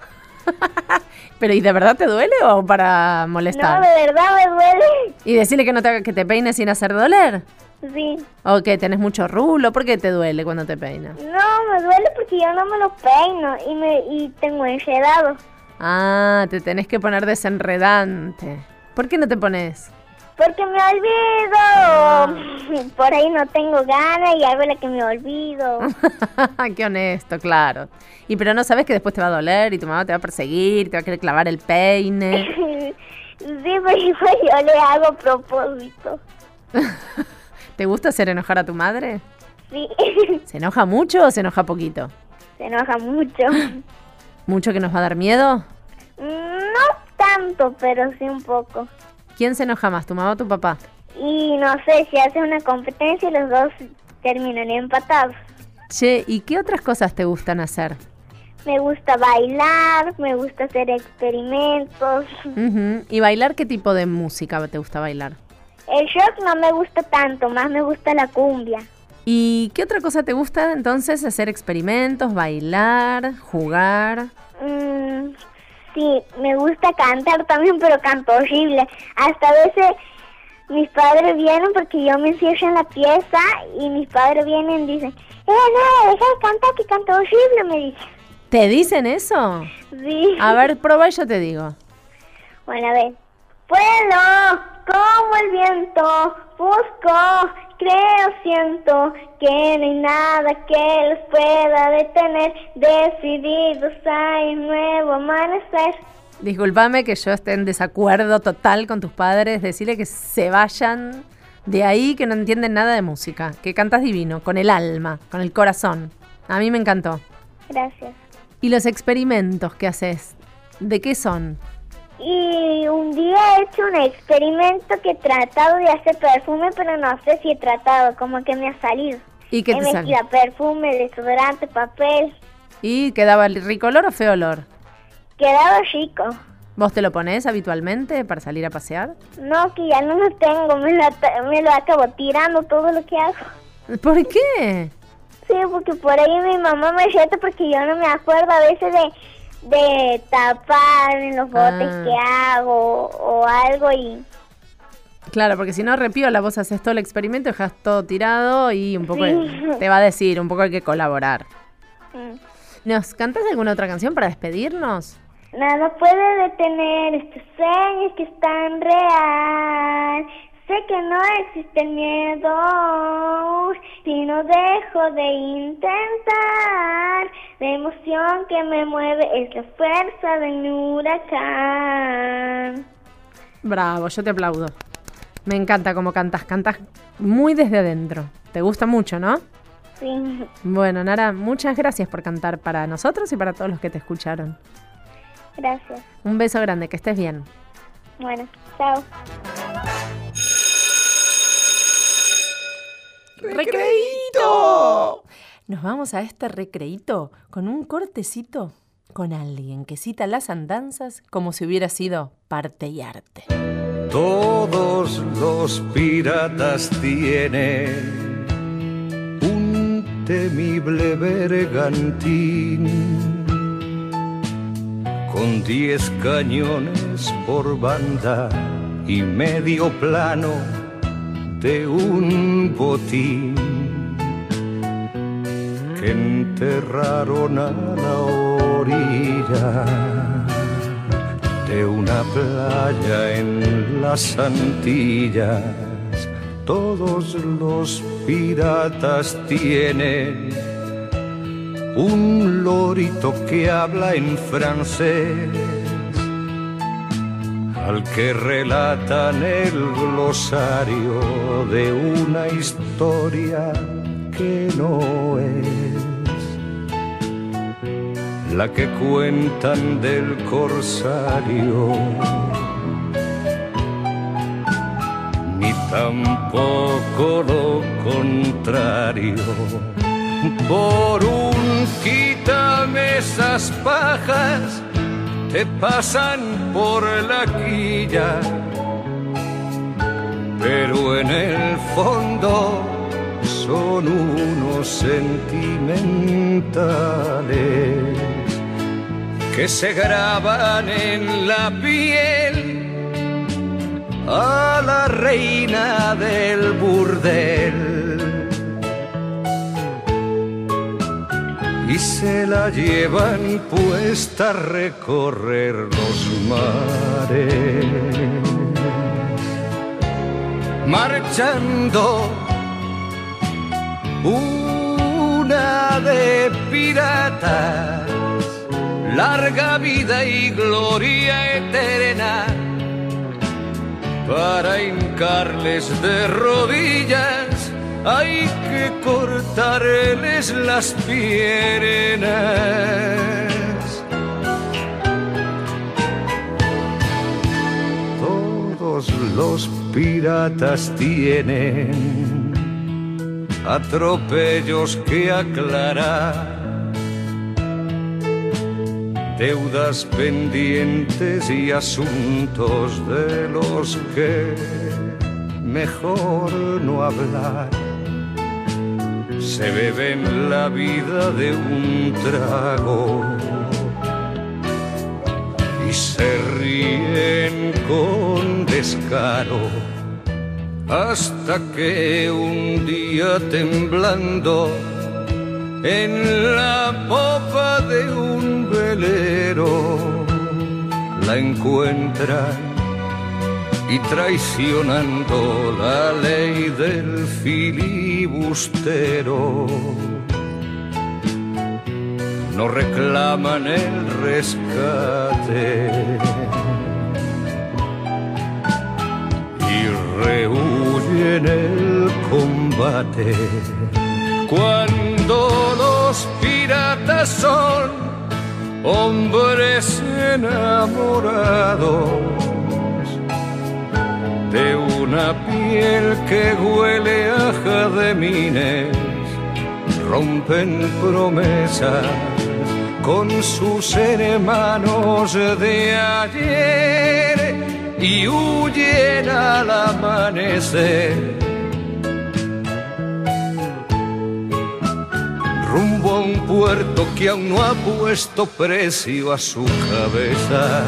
Speaker 2: ¿Pero y de verdad te duele o para
Speaker 5: No,
Speaker 2: molestar?
Speaker 5: de verdad me
Speaker 2: ¿Y decirle que no te haga que te peines sin hacer doler?
Speaker 5: duele. Sí.
Speaker 2: ¿O que tenés mucho rulo? ¿Por qué te duele cuando te peinas?
Speaker 5: No, me duele porque yo no me lo peino y me y tengo enredado.
Speaker 2: Ah, te tenés que poner desenredante. ¿Por qué no te pones?
Speaker 5: Porque me olvido. o Por ahí no tengo ganas y hago la que me olvido.
Speaker 2: Ah. qué honesto, claro. Y pero no sabes que después te va a doler y tu mamá te va a perseguir, te va a querer clavar el peine.
Speaker 5: sí, pero igual yo le hago a propósito.
Speaker 2: ¿Te gusta hacer enojar a tu madre?
Speaker 5: Sí,
Speaker 2: ¿Se enoja mucho o se enoja poquito?
Speaker 5: se enoja mucho.
Speaker 2: ¿Mucho que nos va a dar miedo?
Speaker 5: No tanto, pero sí un poco.
Speaker 2: ¿Quién se enoja más, tu mamá o tu papá?
Speaker 5: Y no sé, si hace una competencia los dos terminan empatados.
Speaker 2: Che, ¿y qué otras cosas te gustan hacer?
Speaker 5: Me gusta bailar, me gusta hacer experimentos.
Speaker 2: Ujú. ¿Y bailar qué tipo de música te gusta bailar?
Speaker 5: El rock no me gusta tanto, más me gusta la cumbia.
Speaker 2: ¿Y qué otra cosa te gusta entonces? Hacer experimentos, bailar, jugar.
Speaker 5: Mm, sí, me gusta cantar también, pero canto horrible. Hasta a veces mis padres vienen porque yo me encierro en la pieza y mis padres vienen y dicen, eh, no, deja de cantar que canto horrible, me dicen.
Speaker 2: ¿Te dicen eso?
Speaker 5: Sí.
Speaker 2: A ver, probá y yo te digo.
Speaker 5: Bueno, a ver. Vuelo como el viento, busco, creo, siento que no hay nada que los pueda detener. Decididos a un nuevo amanecer.
Speaker 2: Disculpame que yo esté en desacuerdo total con tus padres. Decirle que se vayan de ahí, que no entienden nada de música. Que cantas divino, con el alma, con el corazón. A mí me encantó.
Speaker 5: Gracias.
Speaker 2: ¿Y los experimentos que haces? ¿De qué son?
Speaker 5: Y un día he hecho un experimento que he tratado de hacer perfume, pero no sé si he tratado, como que me ha salido.
Speaker 2: ¿Y qué
Speaker 5: he
Speaker 2: te sale?
Speaker 5: mezclado perfume, desodorante, papel.
Speaker 2: ¿Y quedaba rico olor o feo olor?
Speaker 5: Quedaba chico.
Speaker 2: ¿Vos te lo pones habitualmente para salir a pasear?
Speaker 5: No, que ya no lo tengo, me lo, at- me lo acabo tirando todo lo que hago.
Speaker 2: ¿Por qué?
Speaker 5: Sí, porque por ahí mi mamá me reta porque yo no me acuerdo a veces de, de tapar en los botes
Speaker 2: Ah.
Speaker 5: que hago o algo y
Speaker 2: Claro, porque si no repiola, vos haces todo el experimento, dejas todo tirado y un poco
Speaker 5: Sí.
Speaker 2: te va a decir, un poco hay que colaborar.
Speaker 5: mm,
Speaker 2: ¿Nos cantás alguna otra canción para despedirnos?
Speaker 5: nada puede detener estos sueños que es tan real. Sé que no existe el miedo si no dejo de intentar. La emoción que me mueve es la fuerza de un huracán.
Speaker 2: Bravo, yo te aplaudo. Me encanta cómo cantas, cantas muy desde adentro. Te gusta mucho, ¿no?
Speaker 5: Sí.
Speaker 2: Bueno, Nara, muchas gracias por cantar para nosotros y para todos los que te escucharon.
Speaker 5: Gracias.
Speaker 2: Un beso grande, que estés bien.
Speaker 5: Bueno, chao.
Speaker 2: ¡Recreíto! Nos vamos a este recreíto con un cortecito con alguien que cita las andanzas como si hubiera sido parte y arte.
Speaker 11: Todos los piratas tienen un temible bergantín con diez cañones por banda y medio plano de un botín que enterraron a la orilla de una playa en las Antillas. Todos los piratas tienen un lorito que habla en francés, al que relatan el glosario de una historia que no es la que cuentan del corsario. Ni tampoco lo contrario. Por un quítame esas pajas, te pasan por la quilla. Pero en el fondo son unos sentimentales que se graban en la piel a la reina del burdel y se la llevan puesta a recorrer los mares marchando una de piratas, larga vida y gloria eterna, para hincarles de rodillas hay que cortarles las piernas. Todos los piratas tienen atropellos que aclarar, deudas pendientes y asuntos de los que mejor no hablar. Se beben la vida de un trago se ríen con descaro. Hasta que un día temblando en la popa de un velero la encuentran y traicionando la ley del filibustero. No reclaman el rescate y rehuyen el combate. Cuando los piratas son hombres enamorados, de una piel que huele a jademines, rompen promesas con sus hermanos de ayer y huyen al amanecer. Rumbo a un puerto que aún no ha puesto precio a su cabeza.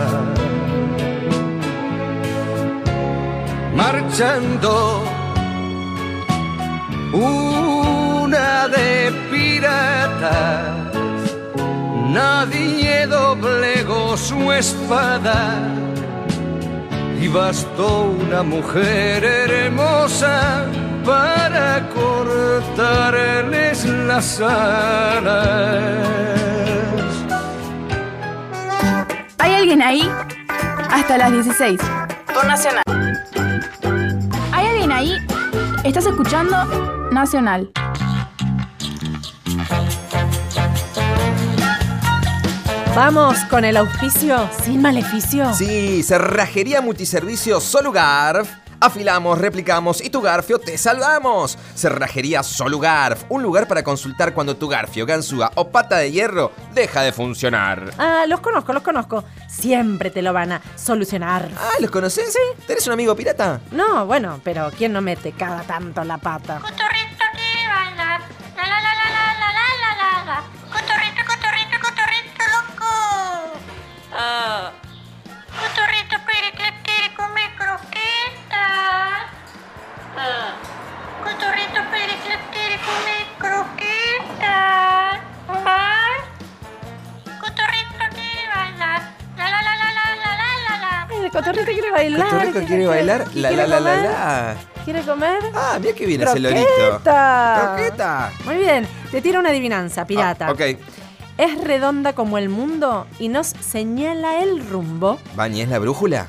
Speaker 11: marchando una de piratas. Nadie doblegó su espada y bastó una mujer hermosa para cortarles las alas.
Speaker 6: ¿Hay alguien ahí? Hasta las 16. Por Nacional. ¿Hay alguien ahí? ¿Estás escuchando? Nacional.
Speaker 2: Vamos con el auspicio sin maleficio.
Speaker 3: Sí, cerrajería multiservicio Solugarf. Afilamos, replicamos y tu garfio te salvamos. Cerrajería Solugarf, un lugar para consultar cuando tu garfio, ganzúa o pata de hierro deja de funcionar.
Speaker 2: Ah, los conozco, los conozco. Siempre te lo van a solucionar.
Speaker 3: Ah, ¿los conoces? Sí. ¿Tenés un amigo pirata?
Speaker 2: No, bueno, pero ¿quién no mete cada tanto la pata?
Speaker 12: Cotorrito quiere bailar. La la la la la la la la la la. Cotorrito, cotorrito, cotorrito loco. Ah. Cotorrito quiere, que- quiere comer croquetas. Ah. Cotorrito quiere, que- quiere comer croquetas. Ah. Cotorrito quiere bailar. La la la la la la la la la.
Speaker 2: El cotorrito quiere bailar.
Speaker 3: ¿Cotorrico quiere bailar? La la la la
Speaker 2: comer?
Speaker 3: la.
Speaker 2: ¿Quiere comer?
Speaker 3: Ah, mira qué bien hace Lorito.
Speaker 2: ¡Croqueta!
Speaker 3: ¡Croqueta!
Speaker 2: Muy bien, te tiro una adivinanza, pirata.
Speaker 3: Ah, ok,
Speaker 2: Es redonda como el mundo y nos señala el rumbo.
Speaker 3: ¿Bani es la brújula?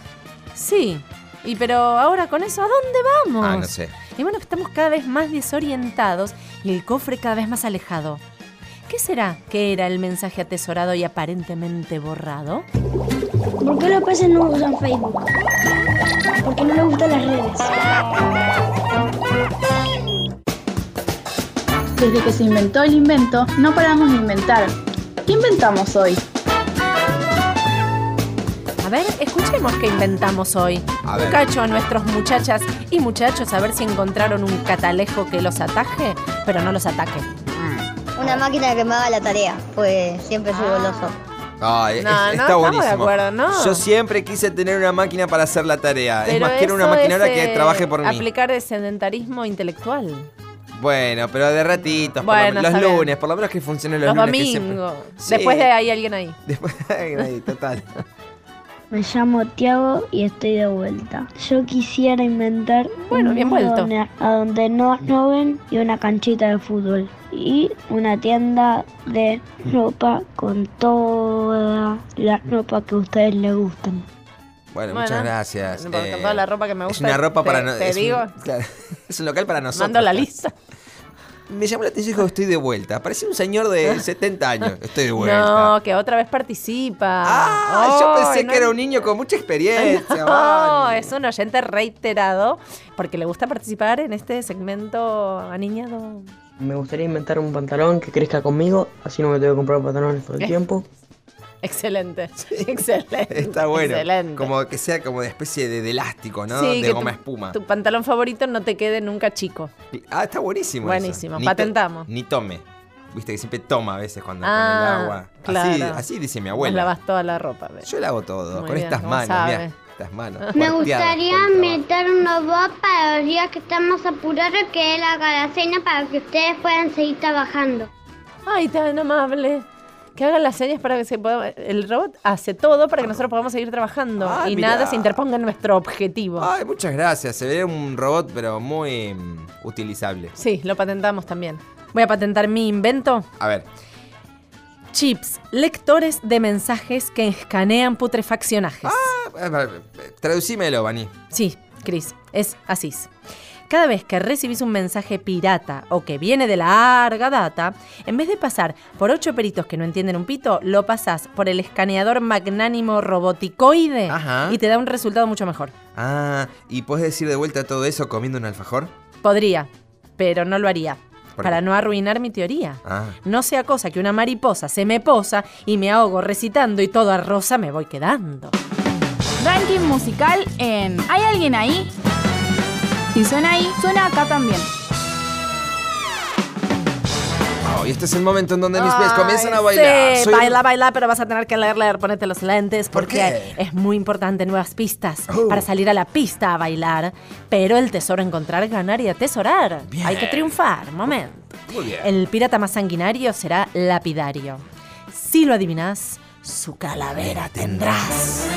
Speaker 2: Sí. Y pero ahora con eso, ¿a dónde vamos?
Speaker 3: Ah, no sé.
Speaker 2: Y bueno, estamos cada vez más desorientados y el cofre cada vez más alejado. ¿Qué será que era el mensaje atesorado y aparentemente borrado?
Speaker 12: ¿Por qué los peces no usan Facebook? Porque no les gustan las redes.
Speaker 6: Desde que se inventó el invento, no paramos de inventar. ¿Qué inventamos hoy?
Speaker 2: A ver, escuchemos qué inventamos hoy.
Speaker 6: A
Speaker 2: Un
Speaker 6: ver.
Speaker 2: cacho a nuestros muchachas y muchachos a ver si encontraron un catalejo que los ataje, pero no los ataque.
Speaker 13: Una máquina que me haga la tarea, pues siempre soy goloso.
Speaker 3: Ah, es-
Speaker 2: No, no,
Speaker 3: está
Speaker 2: estamos de
Speaker 3: buenísimo.
Speaker 2: acuerdo, ¿no?
Speaker 3: Yo siempre quise tener una máquina para hacer la tarea. es
Speaker 2: Pero
Speaker 3: más, quiero una
Speaker 2: eso
Speaker 3: maquinadora
Speaker 2: es,
Speaker 3: que
Speaker 2: eh,
Speaker 3: trabaje por mí.
Speaker 2: Aplicar el sedentarismo intelectual.
Speaker 3: Bueno, pero de ratitos. por lo
Speaker 2: Bueno,
Speaker 3: men- los
Speaker 2: está bien.
Speaker 3: lunes, por lo menos que funcione los,
Speaker 2: Los,
Speaker 3: lunes. que siempre-
Speaker 2: domingos.
Speaker 3: Sí.
Speaker 2: Después de ahí alguien ahí.
Speaker 3: Ay, ahí, total.
Speaker 1: Me llamo Tiago y estoy de vuelta. Yo quisiera inventar
Speaker 2: Bueno,
Speaker 1: un
Speaker 2: bien
Speaker 1: mundo
Speaker 2: vuelto.
Speaker 1: Donde, a donde no no ven y una canchita de fútbol y una tienda de ropa con toda la ropa que a ustedes les gustan.
Speaker 3: Bueno,
Speaker 2: Bueno,
Speaker 3: muchas gracias. eh,
Speaker 2: con toda la ropa que me
Speaker 3: Es
Speaker 2: gusta,
Speaker 3: una ropa
Speaker 2: te-
Speaker 3: para no-
Speaker 2: te
Speaker 3: es un-
Speaker 2: digo.
Speaker 3: claro, es un local para nosotros.
Speaker 2: Mando la lista.
Speaker 3: Me llamó la atención que estoy de vuelta. Parece un señor de 70 años. Estoy de vuelta.
Speaker 2: No, que otra vez participa.
Speaker 3: Ah, yo
Speaker 2: Ay,
Speaker 3: pensé
Speaker 2: no,
Speaker 3: que era un niño con mucha experiencia.
Speaker 2: No, es un oyente reiterado porque le gusta participar en este segmento aniñado.
Speaker 14: Me gustaría inventar un pantalón que crezca conmigo, así no me tengo que comprar pantalones todo el
Speaker 2: Eh.
Speaker 14: tiempo.
Speaker 2: Excelente, excelente.
Speaker 3: Está bueno.
Speaker 2: Excelente.
Speaker 3: Como que sea como de especie de, de elástico, ¿no?
Speaker 2: Sí,
Speaker 3: de
Speaker 2: que
Speaker 3: goma
Speaker 2: tu-
Speaker 3: espuma.
Speaker 2: Tu pantalón favorito no te quede nunca chico.
Speaker 3: Ah, está buenísimo. eso.
Speaker 2: Buenísimo,
Speaker 3: Ni to-
Speaker 2: patentamos.
Speaker 3: Ni tome.
Speaker 15: Viste que siempre toma a veces cuando
Speaker 2: Ah,
Speaker 15: con el agua. Así,
Speaker 2: claro.
Speaker 15: así dice mi
Speaker 2: Vos
Speaker 15: abuela.
Speaker 2: lavas toda la ropa. ve.
Speaker 15: Yo lavo todo,
Speaker 2: Muy
Speaker 15: con
Speaker 2: bien,
Speaker 15: estas
Speaker 2: ¿cómo
Speaker 15: manos,
Speaker 2: sabe?
Speaker 15: mirá, estas manos.
Speaker 16: Me
Speaker 15: cuarteadas.
Speaker 16: gustaría meter una voz para los días que estamos apurados que él haga la cena para que ustedes puedan seguir trabajando.
Speaker 2: Ay, tan amable. Que hagan las señas para que se pueda. El robot hace todo para que nosotros podamos seguir trabajando
Speaker 15: Ah,
Speaker 2: y
Speaker 15: mirá. Ah.
Speaker 2: nada se interponga en nuestro objetivo.
Speaker 15: Ay, muchas gracias. Se ve un robot, pero muy mm, utilizable.
Speaker 2: Sí, lo patentamos también. Voy a patentar mi invento.
Speaker 15: A ver,
Speaker 2: Chips, lectores de mensajes que escanean putrefaccionajes.
Speaker 15: eh, eh, traducímelo, Bani.
Speaker 2: Sí, Chris, es así. Cada vez que recibís un mensaje pirata o que viene de larga data, en vez de pasar por ocho peritos que no entienden un pito, lo pasás por el escaneador magnánimo roboticoide y te da un resultado mucho mejor.
Speaker 15: Ah, ¿y puedes decir de vuelta todo eso comiendo un alfajor?
Speaker 2: Podría, pero no lo haría.
Speaker 15: ¿Por
Speaker 2: Para
Speaker 15: qué?
Speaker 2: no arruinar mi teoría.
Speaker 15: Ah.
Speaker 2: No sea cosa que una mariposa se me posa y me ahogo recitando y toda rosa me voy quedando.
Speaker 6: Ranking musical en ¿Hay alguien ahí? Si suena ahí, suena acá también.
Speaker 15: Oh, y este es el momento en donde mis pies comienzan a
Speaker 2: Ay,
Speaker 15: bailar.
Speaker 2: Sí,
Speaker 15: Soy un-
Speaker 2: baila, baila, pero vas a tener que leer, leer, ponete los lentes porque es muy importante nuevas pistas
Speaker 15: Oh.
Speaker 2: para salir a la pista a bailar, pero el tesoro encontrar, ganar y atesorar.
Speaker 17: Bien.
Speaker 2: Hay que triunfar, momento.
Speaker 17: Muy bien.
Speaker 2: El pirata más sanguinario será lapidario. Si lo adivinás, su calavera tendrás.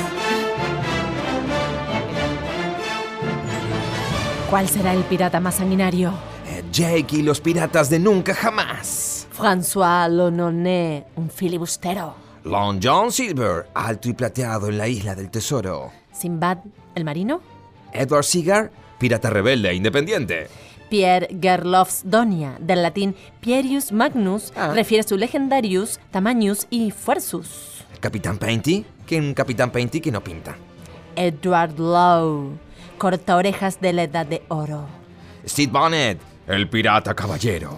Speaker 2: ¿Cuál será el pirata más sanguinario?
Speaker 15: Eh, Jake y los piratas de nunca jamás.
Speaker 2: François Lononé, un filibustero.
Speaker 15: Long John Silver, alto y plateado en la isla del tesoro.
Speaker 2: Sinbad, el marino.
Speaker 15: Edward Seagar, pirata rebelde e independiente.
Speaker 2: Pierre Gerloffs Donia, del latín Pierius Magnus, refiere a su legendarius, tamañus y fuerzus.
Speaker 15: Capitán Painty, que un Capitán Painty que no pinta.
Speaker 2: Edward Lowe, cortaorejas de la Edad de Oro.
Speaker 15: Steve Bonnet, el pirata caballero.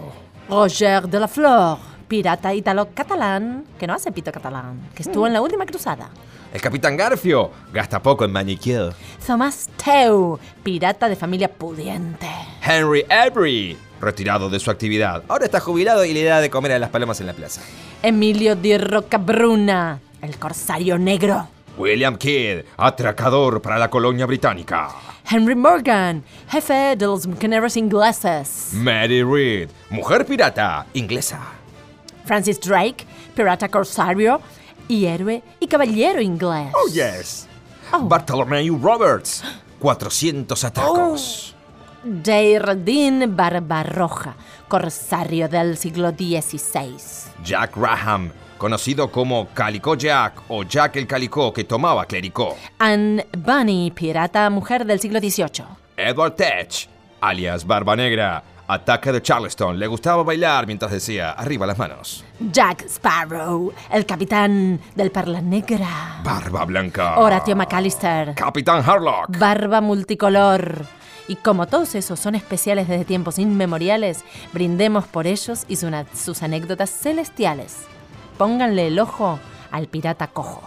Speaker 2: Roger de la Flor, pirata italo-catalán, que no hace pito catalán, que estuvo en la última cruzada.
Speaker 15: El Capitán Garfio, gasta poco en maniqueo.
Speaker 2: Thomas Teu, pirata de familia pudiente.
Speaker 15: Henry Avery, retirado de su actividad. Ahora está jubilado y le da de comer a las palomas en la plaza.
Speaker 2: Emilio di Rocabruna, el corsario negro.
Speaker 15: William Kidd, atracador para la colonia británica.
Speaker 2: Henry Morgan, jefe de los canarios ingleses.
Speaker 15: Mary Reed, mujer pirata inglesa.
Speaker 2: Francis Drake, pirata corsario y héroe y caballero inglés.
Speaker 15: Oh, yes.
Speaker 2: Oh.
Speaker 15: Bartholomew Roberts, 400 atacos.
Speaker 2: Jairdin Barbarroja, corsario del siglo XVI.
Speaker 15: Jack Graham, conocido como Calico Jack o Jack el Calicó que tomaba clericó.
Speaker 2: Anne Bunny, pirata mujer del siglo XVIII.
Speaker 15: Edward Tetch, alias Barba Negra, ataque de Charleston. Le gustaba bailar mientras decía, arriba las manos.
Speaker 2: Jack Sparrow, el capitán del Perla Negra.
Speaker 15: Barba
Speaker 3: Ah.
Speaker 15: Blanca.
Speaker 2: Horatio McAllister,
Speaker 15: Capitán Harlock.
Speaker 2: barba multicolor. Y como todos esos son especiales desde tiempos inmemoriales, brindemos por ellos y su- sus anécdotas celestiales. Pónganle el ojo al pirata cojo.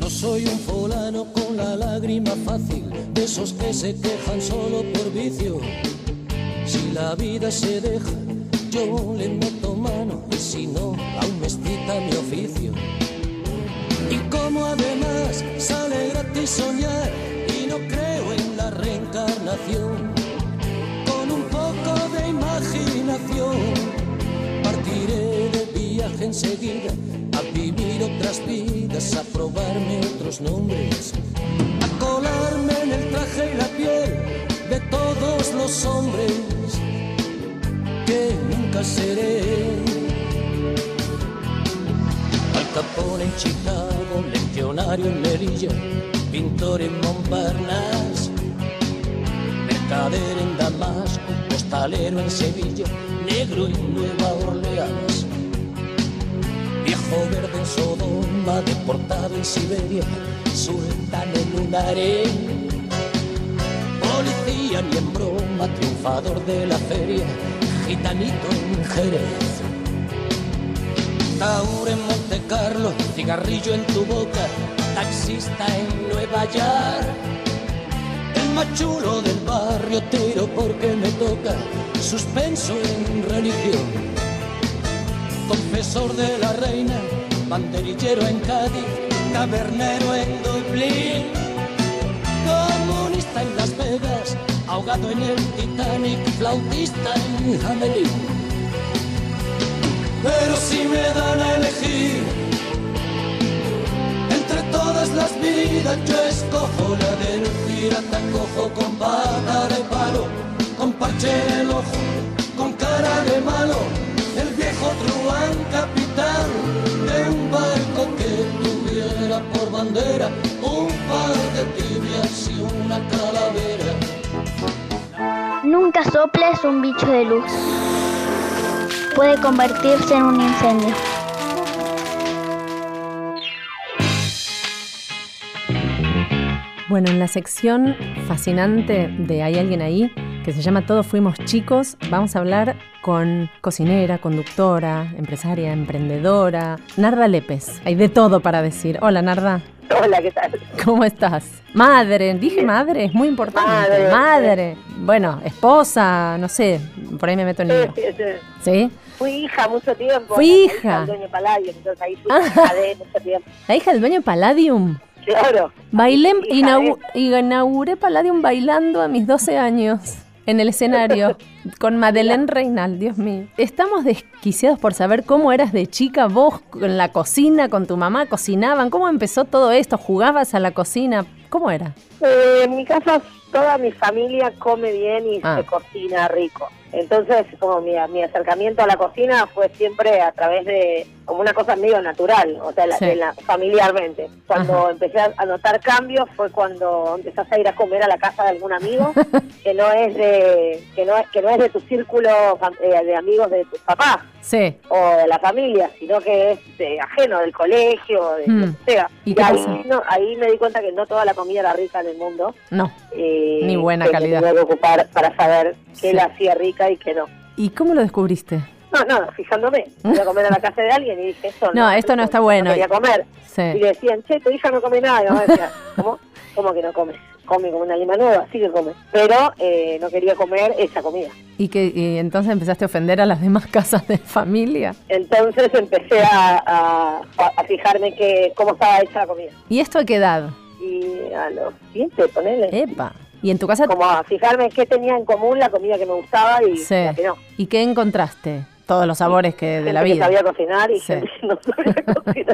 Speaker 18: No soy un fulano con la lágrima fácil, de esos que se quejan solo por vicio. Si la vida se deja, yo le meto mano y si no, aún me excita mi oficio. Y como además sale gratis soñar y no creo en la reencarnación, con un poco de imaginación partiré de viaje enseguida a vivir otras vidas, a probarme otros nombres, a colarme en el traje y la piel de todos los hombres que nunca seré. Al Capone en Chicago, leccionario en Merilla, pintor en Montparnasse, mercader en Damasco, postalero en Sevilla, negro en Nueva Orleans. Viejo verde en Sodoma, deportado en Siberia, sultán en un harén. Policía ni en broma, triunfador de la feria, gitanito en Jerez. Taur en Monte Carlo, cigarrillo en tu boca, taxista en Nueva York. El más chulo del barrio tiro porque me toca, suspenso en religión. Confesor de la reina, banderillero en Cádiz, tabernero en Dublín. Comunista en Las Vegas, ahogado en el Titanic, flautista en Hamelín. Pero si me dan a elegir entre todas las vidas yo escojo la del pirata cojo con bata de palo, con parche en el ojo, con cara de malo, el viejo truán capitán de un barco que tuviera por bandera un par de tibias y una calavera.
Speaker 5: Nunca soples un bicho de luz. Puede convertirse en un incendio.
Speaker 2: Bueno, en la sección fascinante de Hay alguien ahí, que se llama Todos fuimos chicos, vamos a hablar con cocinera, conductora, empresaria, emprendedora, Narda Lépez. Hay de todo para decir. Hola, Narda.
Speaker 17: Hola, ¿qué tal?
Speaker 2: ¿Cómo estás? Madre, dije madre, es muy importante. Madre. Bueno, esposa, no sé, por ahí me meto en lío.
Speaker 17: Sí, sí, sí.
Speaker 2: ¿Sí?
Speaker 17: Fui hija mucho tiempo.
Speaker 2: Fui
Speaker 17: Ahí
Speaker 2: hija.
Speaker 17: está el dueño Paladio, entonces ahí fui hija de él mucho tiempo.
Speaker 2: La hija del dueño Palladium.
Speaker 17: Claro.
Speaker 2: Bailé, inau-
Speaker 17: eh.
Speaker 2: inauguré Palladium bailando a mis 12 años en el escenario con Madeleine Reinal, Dios mío. Estamos desquiciados por saber cómo eras de chica, vos en la cocina con tu mamá, cocinaban, cómo empezó todo esto, jugabas a la cocina, ¿cómo era?
Speaker 17: Eh, en mi casa toda mi familia come bien y
Speaker 2: Ah.
Speaker 17: se cocina rico. Entonces, como mi, mi acercamiento a la cocina fue siempre a través de como una cosa medio natural, o sea, la-
Speaker 19: Sí.
Speaker 17: de la- familiarmente. Cuando
Speaker 19: Ajá.
Speaker 17: empecé a notar cambios fue cuando empezás a ir a comer a la casa de algún amigo que no es de que no es que no es de tu círculo fam- eh, de amigos de tus papás
Speaker 2: Sí.
Speaker 17: o de la familia, sino que es eh, ajeno del colegio, de
Speaker 2: Mm.
Speaker 17: lo que sea.
Speaker 2: ¿Y
Speaker 17: Y,
Speaker 2: qué pasa?
Speaker 17: ahí, no, ahí me di cuenta que no toda la comida era rica en el mundo.
Speaker 2: No.
Speaker 17: eh,
Speaker 2: Ni buena
Speaker 17: que me
Speaker 2: calidad.
Speaker 17: tenía que ocupar para saber qué
Speaker 2: Sí.
Speaker 17: la hacía rica y qué no.
Speaker 2: ¿Y cómo lo descubriste?
Speaker 17: No, no, fijándome, fui a comer a la casa de alguien y dije, esto
Speaker 2: No, esto no está bueno.
Speaker 17: quería comer.
Speaker 2: Sí.
Speaker 17: Y le decían, che, tu hija no come nada. Y mamá decía, ¿cómo? ¿Cómo que no come? Come como una lima nueva, sí que come. Pero eh, no quería comer esa comida.
Speaker 2: ¿Y, que, y entonces empezaste a ofender a las demás casas de familia.
Speaker 17: Entonces empecé a, a- a- a fijarme que cómo estaba hecha la comida.
Speaker 2: ¿Y esto a qué edad?
Speaker 17: Y a los siete, ponele.
Speaker 2: Epa. ¿Y en tu casa?
Speaker 17: Como a fijarme qué tenía en común la comida que me gustaba y
Speaker 2: Sí.
Speaker 17: la que no.
Speaker 2: ¿Y qué encontraste? Todos los sabores que de la
Speaker 17: Gente que
Speaker 2: vida.
Speaker 17: sabía cocinar y
Speaker 2: Sí.
Speaker 17: gente que no sabía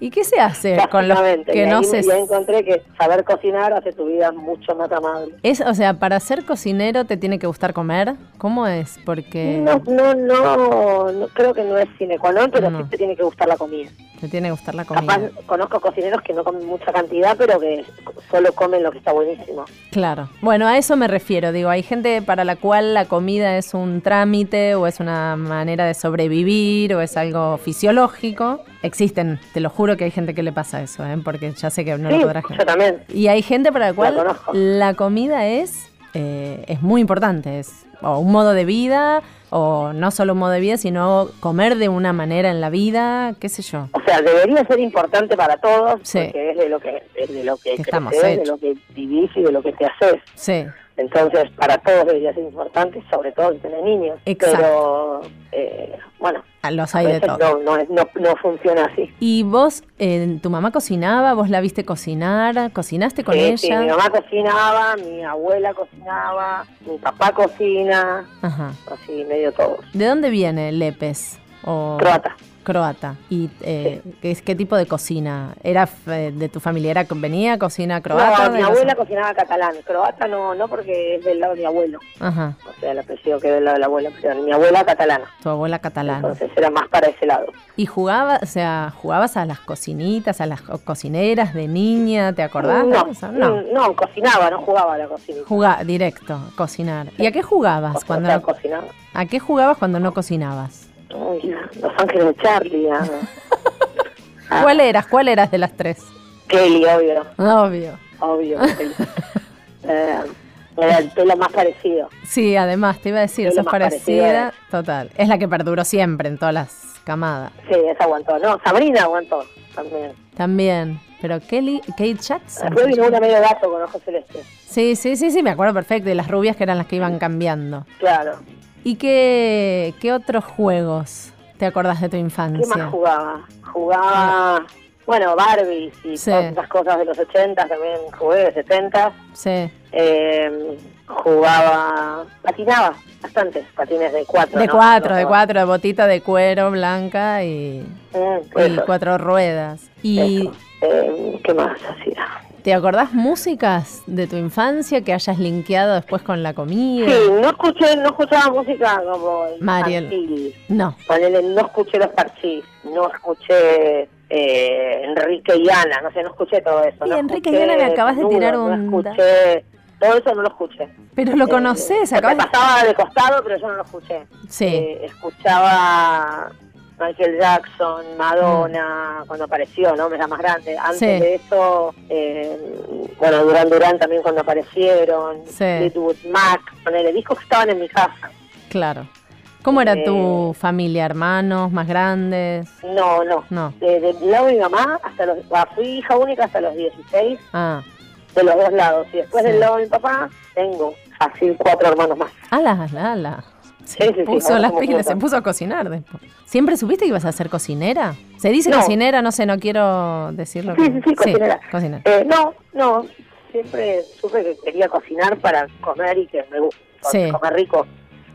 Speaker 2: ¿Y qué se hace con los
Speaker 17: Básicamente,
Speaker 2: que
Speaker 17: y
Speaker 2: no
Speaker 17: ahí
Speaker 2: se...
Speaker 17: ya encontré que saber cocinar hace tu vida mucho más amable.
Speaker 2: Es, o sea, para ser cocinero te tiene que gustar comer. ¿Cómo es? Porque
Speaker 17: No, no, no, no, creo que no es sine qua non, pero
Speaker 2: No.
Speaker 17: sí te tiene que gustar la comida.
Speaker 2: te tiene que gustar la comida.
Speaker 17: Capaz conozco cocineros que no comen mucha cantidad, pero que solo comen lo que está buenísimo.
Speaker 2: Claro. Bueno, a eso me refiero. Digo, hay gente para la cual la comida es un trámite o es una manera de sobrevivir o es algo fisiológico. Existen, te lo juro que hay gente que le pasa eso, ¿eh? porque ya sé que no
Speaker 17: sí,
Speaker 2: lo podrás
Speaker 17: yo también.
Speaker 2: Y hay gente para la cual
Speaker 17: conozco.
Speaker 2: la comida es, eh, es muy importante, es o un modo de vida, o no solo un modo de vida, sino comer de una manera en la vida, qué sé yo.
Speaker 17: O sea, debería ser importante para todos,
Speaker 2: Sí.
Speaker 17: porque es de lo que, es de lo que
Speaker 2: Que estamos
Speaker 17: creces, de
Speaker 2: hechos.
Speaker 17: lo que vivís y de lo que te haces.
Speaker 2: Sí,
Speaker 17: Entonces, para todos debería ser importante, sobre todo si tenés niños.
Speaker 2: Exacto.
Speaker 17: Pero, eh, bueno,
Speaker 2: a los
Speaker 17: a
Speaker 2: hay de
Speaker 17: veces
Speaker 2: todo.
Speaker 17: no, no, es- no, no funciona así.
Speaker 2: ¿Y vos, eh, tu mamá cocinaba, vos la viste cocinar, cocinaste con
Speaker 17: Sí,
Speaker 2: ella?
Speaker 17: sí, mi mamá cocinaba, mi abuela cocinaba, mi papá cocina,
Speaker 2: Ajá.
Speaker 17: así medio todo.
Speaker 2: ¿De dónde viene Lepes? O...
Speaker 17: Croata.
Speaker 2: Croata. ¿Y eh, qué, es- qué tipo de cocina? ¿Era eh, de tu familia? ¿Era, ¿Venía cocina croata?
Speaker 17: No, mi
Speaker 2: de los-
Speaker 17: abuela cocinaba catalán, croata no, no porque es del lado de mi abuelo,
Speaker 2: Ajá,
Speaker 17: o sea, el apellido que es del lado de la abuela, pero mi abuela catalana,
Speaker 2: tu abuela catalana.
Speaker 17: entonces era más para ese lado.
Speaker 2: ¿Y jugaba, o sea, jugabas a las cocinitas, a las co- cocineras de niña, te acordás?
Speaker 17: No,
Speaker 2: de eso?
Speaker 17: no, no, cocinaba, no jugaba a la cocina.
Speaker 2: Jugá- directo, cocinar. ¿Y a qué jugabas cuando no,
Speaker 17: cocinaba.
Speaker 2: a qué jugabas cuando no cocinabas?
Speaker 17: Ay, Los Ángeles de Charlie, ah, a Ah.
Speaker 2: ¿Cuál eras? ¿Cuál eras de las tres?
Speaker 17: Kelly, obvio,
Speaker 2: Obvio.
Speaker 17: obvio. Kelly. Eh, era el pelo más parecido.
Speaker 2: Sí, además, te iba a decir,
Speaker 17: Es lo
Speaker 2: sos
Speaker 17: más
Speaker 2: parecida,
Speaker 17: parecida.
Speaker 2: total. Es la que perduró siempre en todas las camadas.
Speaker 17: Sí, esa aguantó. No, Sabrina aguantó también.
Speaker 2: También, Pero Kelly, Kate Schatz.
Speaker 17: Después vino una medio gato con ojos celestes.
Speaker 2: Sí, sí, sí, sí, me acuerdo perfecto. De las rubias que eran las que iban cambiando.
Speaker 17: Claro.
Speaker 2: ¿Y qué, qué otros juegos te acordás de tu infancia?
Speaker 17: ¿Qué más jugaba? Jugaba, bueno, Barbies y
Speaker 2: Sí.
Speaker 17: todas esas cosas de los 80, también jugué de 70.
Speaker 2: Sí.
Speaker 17: Eh, jugaba, patinaba bastante, patines de cuatro.
Speaker 2: De
Speaker 17: ¿no?
Speaker 2: cuatro,
Speaker 17: No,
Speaker 2: de
Speaker 17: no.
Speaker 2: cuatro, de botita de cuero blanca y,
Speaker 17: Mm,
Speaker 2: y
Speaker 17: eso. Eh,
Speaker 2: cuatro ruedas. ¿Y
Speaker 17: ¿Qué más hacía?
Speaker 2: te acordás músicas de tu infancia que hayas linkeado después con la comida?
Speaker 17: Sí, no escuché, no escuchaba música como el
Speaker 2: Mariel.
Speaker 17: Parchís.
Speaker 2: No.
Speaker 17: Ponele, no escuché los parchís, no escuché eh, Enrique y Ana, no sé, no escuché todo eso.
Speaker 2: Sí,
Speaker 17: no
Speaker 2: Enrique y
Speaker 17: escuché
Speaker 2: Ana me acabas de
Speaker 17: Nudo,
Speaker 2: tirar
Speaker 17: No
Speaker 2: onda.
Speaker 17: escuché, todo eso no lo escuché.
Speaker 2: Pero
Speaker 17: Eh,
Speaker 2: lo conocés,
Speaker 17: Me
Speaker 2: acabas de...
Speaker 17: pasaba de costado, pero yo no lo escuché.
Speaker 2: Sí.
Speaker 17: Eh, escuchaba Michael Jackson, Madonna, cuando apareció, ¿no? Me era más grande. Antes
Speaker 2: Mm. Sí.
Speaker 17: de eso, eh, bueno, Duran Duran también cuando aparecieron,
Speaker 2: Sí.
Speaker 17: Fleetwood Mac, ponele discos que estaban en mi casa.
Speaker 2: Claro. ¿Cómo era
Speaker 17: Eh,
Speaker 2: tu familia? ¿Hermanos más grandes?
Speaker 17: No, no.
Speaker 2: No.
Speaker 17: De, del lado de mi mamá, hasta los, ah, fui hija única hasta los 16,
Speaker 2: Ah.
Speaker 17: de los dos lados. Y después
Speaker 2: Sí.
Speaker 17: del lado de mi papá, tengo así cuatro hermanos más.
Speaker 2: Ala, ala, ala. Se
Speaker 17: Sí, sí, sí,
Speaker 2: puso
Speaker 17: ahora
Speaker 2: las
Speaker 17: somos
Speaker 2: pilas, se
Speaker 17: juntas.
Speaker 2: puso a cocinar después. ¿Siempre supiste que ibas a ser cocinera? Se dice
Speaker 17: No.
Speaker 2: cocinera, no sé, no quiero decirlo.
Speaker 17: Sí, sí, sí, cocinera.
Speaker 2: cocinera.
Speaker 17: Eh, no, no, siempre supe que quería cocinar para comer y que me gusta
Speaker 2: Sí.
Speaker 17: comer rico,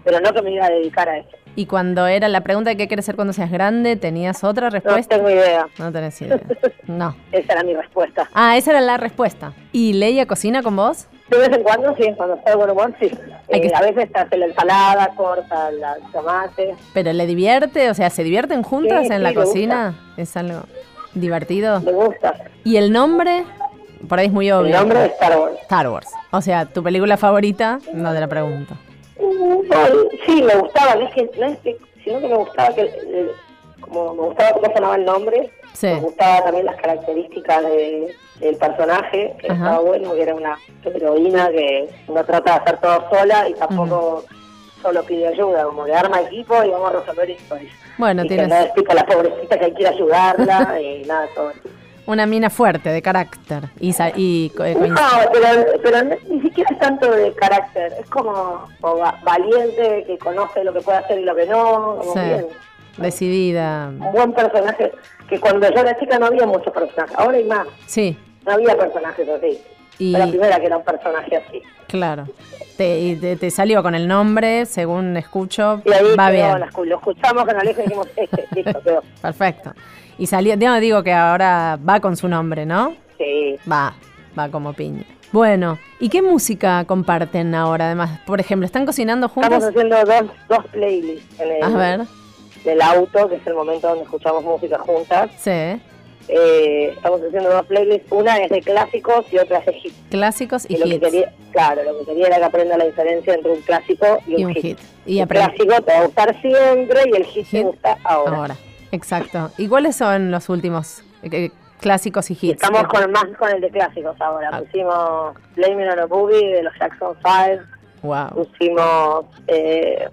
Speaker 17: pero no que me iba a dedicar a eso.
Speaker 2: Y cuando era la pregunta de qué quieres ser cuando seas grande, ¿tenías otra respuesta?
Speaker 17: tengo idea.
Speaker 2: No tenés idea. No.
Speaker 17: Esa era mi respuesta.
Speaker 2: Ah, esa era la respuesta. ¿Y Leia cocina con vos?
Speaker 17: De vez en cuando, sí, cuando está de buen humor, sí.
Speaker 2: Hay que-
Speaker 17: Eh, a veces hace la ensalada, corta la- el tomate.
Speaker 2: ¿Pero le divierte? O sea, ¿se divierten juntas
Speaker 17: Sí,
Speaker 2: en
Speaker 17: sí,
Speaker 2: la
Speaker 17: le gusta.
Speaker 2: cocina? ¿Es algo divertido?
Speaker 17: Me gusta.
Speaker 2: ¿Y el nombre? Por ahí es muy obvio.
Speaker 17: nombre es Star Wars.
Speaker 2: Star Wars. O sea, tu película favorita, no te la pregunto.
Speaker 17: No, sí, me gustaba, no es que, no es que- sino que me gustaba que, eh, como me gustaba cómo sonaba el nombre,
Speaker 2: Sí.
Speaker 17: me gustaba también las características de- del personaje, que
Speaker 2: Ajá.
Speaker 17: estaba bueno, que era una heroína que no trata de hacer todo sola y tampoco solo pide ayuda, como que arma equipo y vamos a resolver historias.
Speaker 2: Bueno,
Speaker 17: y que
Speaker 2: tienes-
Speaker 17: no es tipo la pobrecita que hay que ir a ayudarla y nada, todo eso.
Speaker 2: Una mina fuerte, de carácter. Y, sa- y co- eh,
Speaker 17: No,
Speaker 2: coinc-
Speaker 17: pero, pero no- ni siquiera es tanto de carácter, es como, como va- valiente, que conoce lo que puede hacer y lo que no, como
Speaker 2: Sí.
Speaker 17: bien,
Speaker 2: decidida.
Speaker 17: un buen personaje, que cuando yo era chica no había muchos personajes, ahora hay más,
Speaker 2: Sí,
Speaker 17: no había personajes así,
Speaker 2: Y-
Speaker 17: Fue la primera que era un personaje así,
Speaker 2: claro. Te, y te, te salió con el nombre, según escucho,
Speaker 17: y ahí
Speaker 2: va
Speaker 17: quedó,
Speaker 2: bien.
Speaker 17: la escu- lo escuchamos con Alejo y dijimos, este, listo, quedó,
Speaker 2: Perfecto. Y salió, no, digo que ahora va con su nombre, ¿no?
Speaker 17: sí.
Speaker 2: Va, va como piña. Bueno, ¿y qué música comparten ahora además? Por ejemplo, ¿están cocinando
Speaker 17: Estamos
Speaker 2: juntos?
Speaker 17: haciendo dos, dos playlists en el,
Speaker 2: A ver,
Speaker 17: del auto, que es el momento donde escuchamos música juntas,
Speaker 2: sí,
Speaker 17: Eh, estamos haciendo dos playlists, una es de clásicos y otra es de hits.
Speaker 2: clásicos y,
Speaker 17: Y lo que
Speaker 2: hits.
Speaker 17: quería, claro, lo que quería era que aprenda la diferencia entre un clásico y un,
Speaker 2: Y un
Speaker 17: hit.
Speaker 2: hit. Y
Speaker 17: el
Speaker 2: aprende-
Speaker 17: clásico te va a gustar siempre y el hit, te gusta ahora.
Speaker 2: Ahora, exacto. ¿Y cuáles son los últimos eh, eh, clásicos y hits?
Speaker 17: Estamos con más con el de clásicos ahora.
Speaker 2: Ah.
Speaker 17: Pusimos Blame It on a Boogie de los Jackson 5,
Speaker 2: Wow.
Speaker 17: pusimos eh,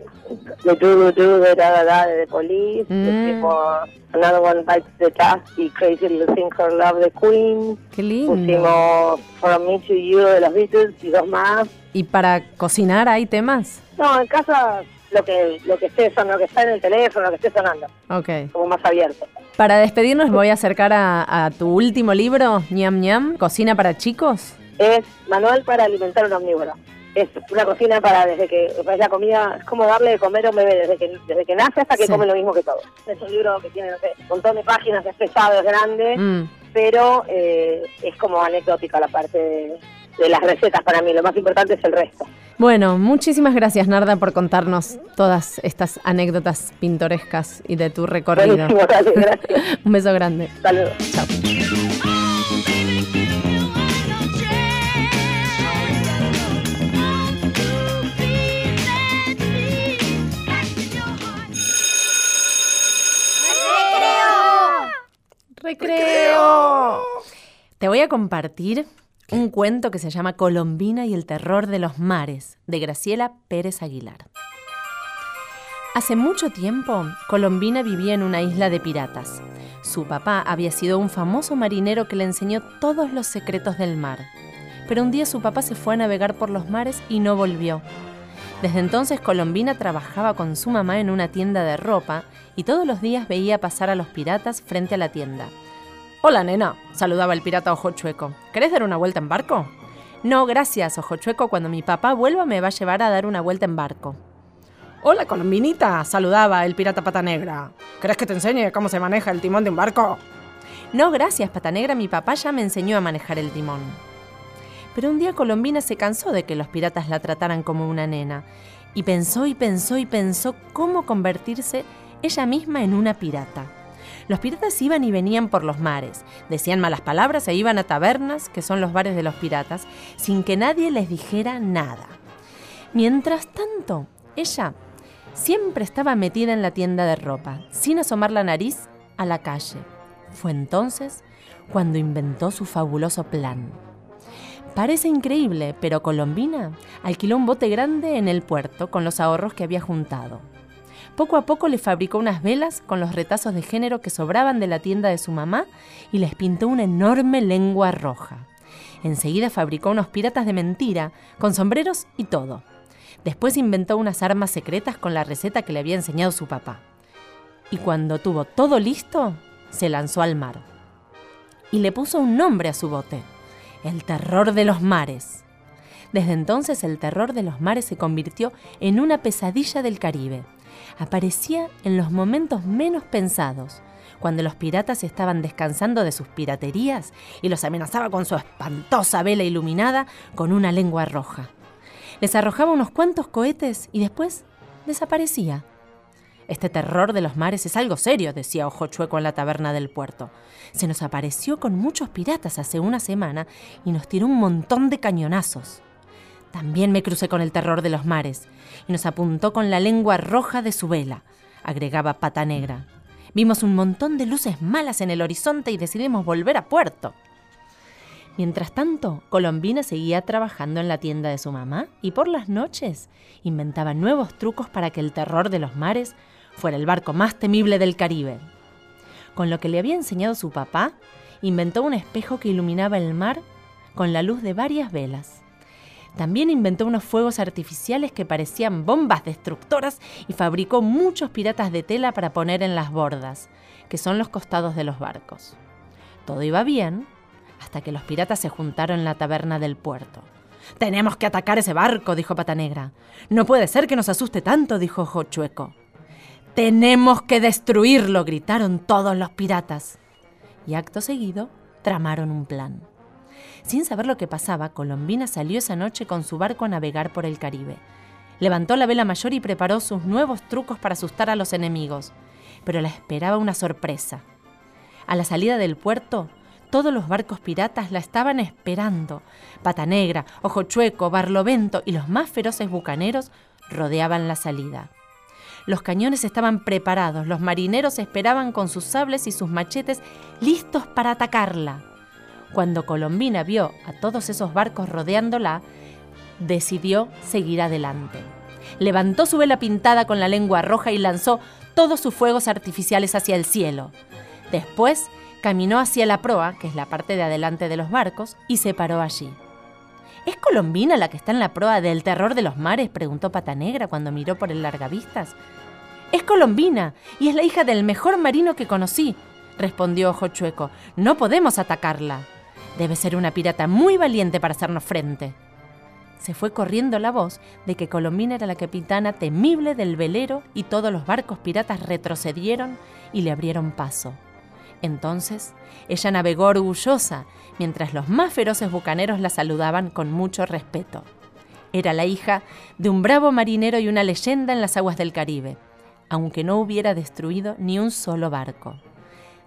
Speaker 17: The Do Do Do de Da Da Da de The Police,
Speaker 2: Mm.
Speaker 17: pusimos Another One Bites the Dust y Crazy Little Thing Called Love de Queen,
Speaker 2: Qué lindo.
Speaker 17: pusimos From Me to You de los Beatles y dos más.
Speaker 2: ¿Y para cocinar hay temas?
Speaker 17: No, en casa lo que lo que esté son lo que está en el teléfono, lo que esté sonando,
Speaker 2: Ok.
Speaker 17: como más abierto.
Speaker 2: Para despedirnos voy a acercar a, a tu último libro, ñam ñam, Cocina para chicos.
Speaker 17: Es manual para alimentar un omnívoro. Es una cocina para desde que es la comida, es como darle de comer a un bebé desde que desde que nace hasta que
Speaker 2: Sí.
Speaker 17: come lo mismo que todo. Es un libro que tiene no sé, un montón de páginas, es pesado, es grande,
Speaker 2: Mm,
Speaker 17: pero eh, es como anecdótica la parte de, de las recetas para mí. Lo más importante es el resto.
Speaker 2: Bueno, muchísimas gracias Narda por contarnos todas estas anécdotas pintorescas y de tu recorrido.
Speaker 17: Buenísimo, dale, gracias.
Speaker 2: Un beso grande.
Speaker 17: Saludos.
Speaker 2: Chao. Recreo. Te voy a compartir un cuento que se llama Colombina y el terror de los mares, de Graciela Pérez Aguilar. Hace mucho tiempo, Colombina vivía en una isla de piratas. Su papá había sido un famoso marinero que le enseñó todos los secretos del mar. Pero un día su papá se fue a navegar por los mares y no volvió. Desde entonces Colombina trabajaba con su mamá en una tienda de ropa y todos los días veía pasar a los piratas frente a la tienda. Hola nena, saludaba el pirata Ojo Chueco. ¿Querés dar una vuelta en barco? No, gracias, Ojo Chueco, cuando mi papá vuelva me va a llevar a dar una vuelta en barco. Hola Colombinita, saludaba el pirata Pata Negra. ¿Querés que te enseñe cómo se maneja el timón de un barco? No, gracias, Pata Negra, mi papá ya me enseñó a manejar el timón. Pero un día Colombina se cansó de que los piratas la trataran como una nena y pensó y pensó y pensó cómo convertirse ella misma en una pirata. Los piratas iban y venían por los mares, decían malas palabras e iban a tabernas, que son los bares de los piratas, sin que nadie les dijera nada. Mientras tanto, ella siempre estaba metida en la tienda de ropa, sin asomar la nariz a la calle. Fue entonces cuando inventó su fabuloso plan. Parece increíble, pero Colombina alquiló un bote grande en el puerto con los ahorros que había juntado. Poco a poco le fabricó unas velas con los retazos de género que sobraban de la tienda de su mamá y les pintó una enorme lengua roja. Enseguida fabricó unos piratas de mentira, con sombreros y todo. Después inventó unas armas secretas con la receta que le había enseñado su papá. Y cuando tuvo todo listo, se lanzó al mar. Y le puso un nombre a su bote, el terror de los mares. Desde entonces el terror de los mares se convirtió en una pesadilla del Caribe. Aparecía en los momentos menos pensados, cuando los piratas estaban descansando de sus piraterías y los amenazaba con su espantosa vela iluminada con una lengua roja les arrojaba unos cuantos cohetes y después desaparecía. Este terror de los mares es algo serio, decía Ojo Chueco en la taberna del puerto. Se nos apareció con muchos piratas hace una semana y nos tiró un montón de cañonazos. También me crucé con el terror de los mares y nos apuntó con la lengua roja de su vela, agregaba Pata Negra. Vimos un montón de luces malas en el horizonte y decidimos volver a puerto. Mientras tanto, Colombina seguía trabajando en la tienda de su mamá y por las noches inventaba nuevos trucos para que el terror de los mares fuera el barco más temible del Caribe. Con lo que le había enseñado su papá, inventó un espejo que iluminaba el mar con la luz de varias velas. También inventó unos fuegos artificiales que parecían bombas destructoras y fabricó muchos piratas de tela para poner en las bordas, que son los costados de los barcos. Todo iba bien hasta que los piratas se juntaron en la taberna del puerto. Tenemos que atacar ese barco, dijo Pata Negra. No puede ser que nos asuste tanto, dijo Ojo Chueco. Tenemos que destruirlo, gritaron todos los piratas. Y acto seguido, tramaron un plan. Sin saber lo que pasaba, Colombina salió esa noche con su barco a navegar por el Caribe. Levantó la vela mayor y preparó sus nuevos trucos para asustar a los enemigos, pero la esperaba una sorpresa. A la salida del puerto, todos los barcos piratas la estaban esperando. Pata Negra, Ojo Chueco, Barlovento y los más feroces bucaneros rodeaban la salida. Los cañones estaban preparados, los marineros esperaban con sus sables y sus machetes listos para atacarla. Cuando Colombina vio a todos esos barcos rodeándola, decidió seguir adelante. Levantó su vela pintada con la lengua roja y lanzó todos sus fuegos artificiales hacia el cielo. Después, caminó hacia la proa, que es la parte de adelante de los barcos, y se paró allí. ¿Es Colombina la que está en la proa del terror de los mares? preguntó Pata Negra cuando miró por el largavistas. Es Colombina, y es la hija del mejor marino que conocí, respondió Ojo Chueco. No podemos atacarla. Debe ser una pirata muy valiente para hacernos frente. Se fue corriendo la voz de que Colombina era la capitana temible del velero y todos los barcos piratas retrocedieron y le abrieron paso. Entonces, ella navegó orgullosa, mientras los más feroces bucaneros la saludaban con mucho respeto. Era la hija de un bravo marinero y una leyenda en las aguas del Caribe, aunque no hubiera destruido ni un solo barco.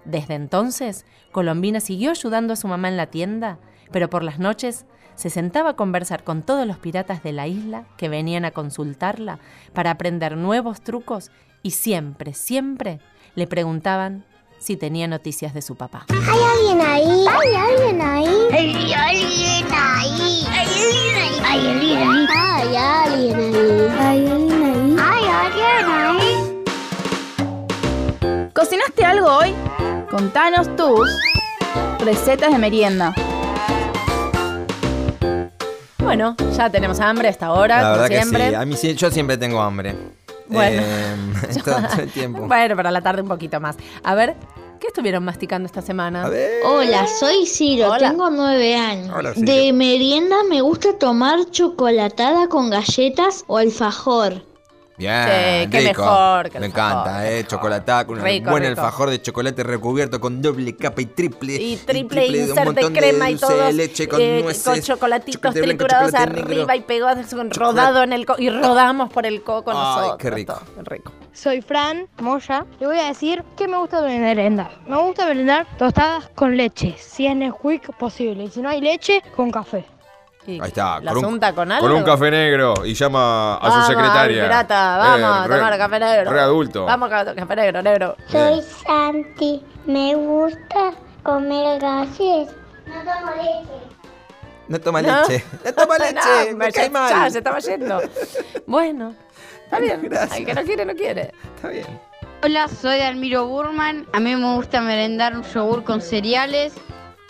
Speaker 2: Desde entonces, Colombina siguió ayudando a su mamá en la tienda, pero por las noches se sentaba a conversar con todos los piratas de la isla que venían a consultarla para aprender nuevos trucos y siempre, siempre le preguntaban si tenía noticias de su papá.
Speaker 4: ¿Hay alguien ahí? ¿Hay alguien ahí?
Speaker 5: ¿Hay alguien
Speaker 4: ahí? ¿Hay alguien ahí? ¿Hay alguien ahí? ¿Hay alguien ahí? ¿Hay alguien ahí?
Speaker 6: Contanos tus recetas de merienda.
Speaker 2: Bueno, ya tenemos hambre hasta ahora,
Speaker 3: La
Speaker 2: como
Speaker 3: verdad
Speaker 2: siempre.
Speaker 3: que sí. A mí sí, yo siempre tengo hambre.
Speaker 2: Bueno.
Speaker 3: Eh, todo, todo el tiempo.
Speaker 2: Bueno, para la tarde un poquito más. A ver, ¿qué estuvieron masticando esta semana?
Speaker 9: Hola, soy Ciro, tengo nueve años.
Speaker 2: Hola, Ciro.
Speaker 9: de merienda me gusta tomar chocolatada con galletas o alfajor.
Speaker 3: Bien,
Speaker 9: Sí, qué
Speaker 3: rico.
Speaker 9: mejor que el
Speaker 3: Me
Speaker 9: alfajor,
Speaker 3: encanta, eh, chocolatada con un
Speaker 2: Rico,
Speaker 3: buen
Speaker 2: rico.
Speaker 3: alfajor de chocolate recubierto con doble capa y triple.
Speaker 2: Y triple,
Speaker 3: de un
Speaker 2: inserte
Speaker 3: montón de
Speaker 2: crema y
Speaker 3: dulce
Speaker 2: todo. eh,
Speaker 3: de leche con nueces,
Speaker 2: chocolatitos
Speaker 3: chocolate blanco,
Speaker 2: triturados
Speaker 3: chocolate negro.
Speaker 2: arriba y pegados, con- rodado en el co y rodamos por el coco
Speaker 3: Ay,
Speaker 2: nosotros.
Speaker 3: qué rico.
Speaker 19: Soy Fran Moya. Le voy a decir que me gusta de merendar. Me gusta merendar tostadas con leche, si es Nesquik posible. Y si no hay leche, con café.
Speaker 2: Y
Speaker 15: Ahí está.
Speaker 2: ¿La
Speaker 15: con un,
Speaker 2: asunta con algo?
Speaker 15: Con un café negro y llama a
Speaker 2: Vamos,
Speaker 15: su secretaria.
Speaker 2: Pirata, vamos a
Speaker 15: Eh, re-
Speaker 2: tomar café negro.
Speaker 15: re adulto.
Speaker 2: Vamos a café negro, negro.
Speaker 20: Soy Santi, me gusta comer galletas. No tomo leche.
Speaker 3: No toma
Speaker 2: ¿No?
Speaker 3: leche. No toma
Speaker 2: No,
Speaker 3: leche. me
Speaker 2: ya-
Speaker 3: cae mal.
Speaker 2: ya, se estaba yendo. Bueno, está bien.
Speaker 3: gracias.
Speaker 2: Al que no quiere, no quiere.
Speaker 3: Está bien.
Speaker 21: Hola, soy Almiro Burman. A mí me gusta merendar un yogur con cereales.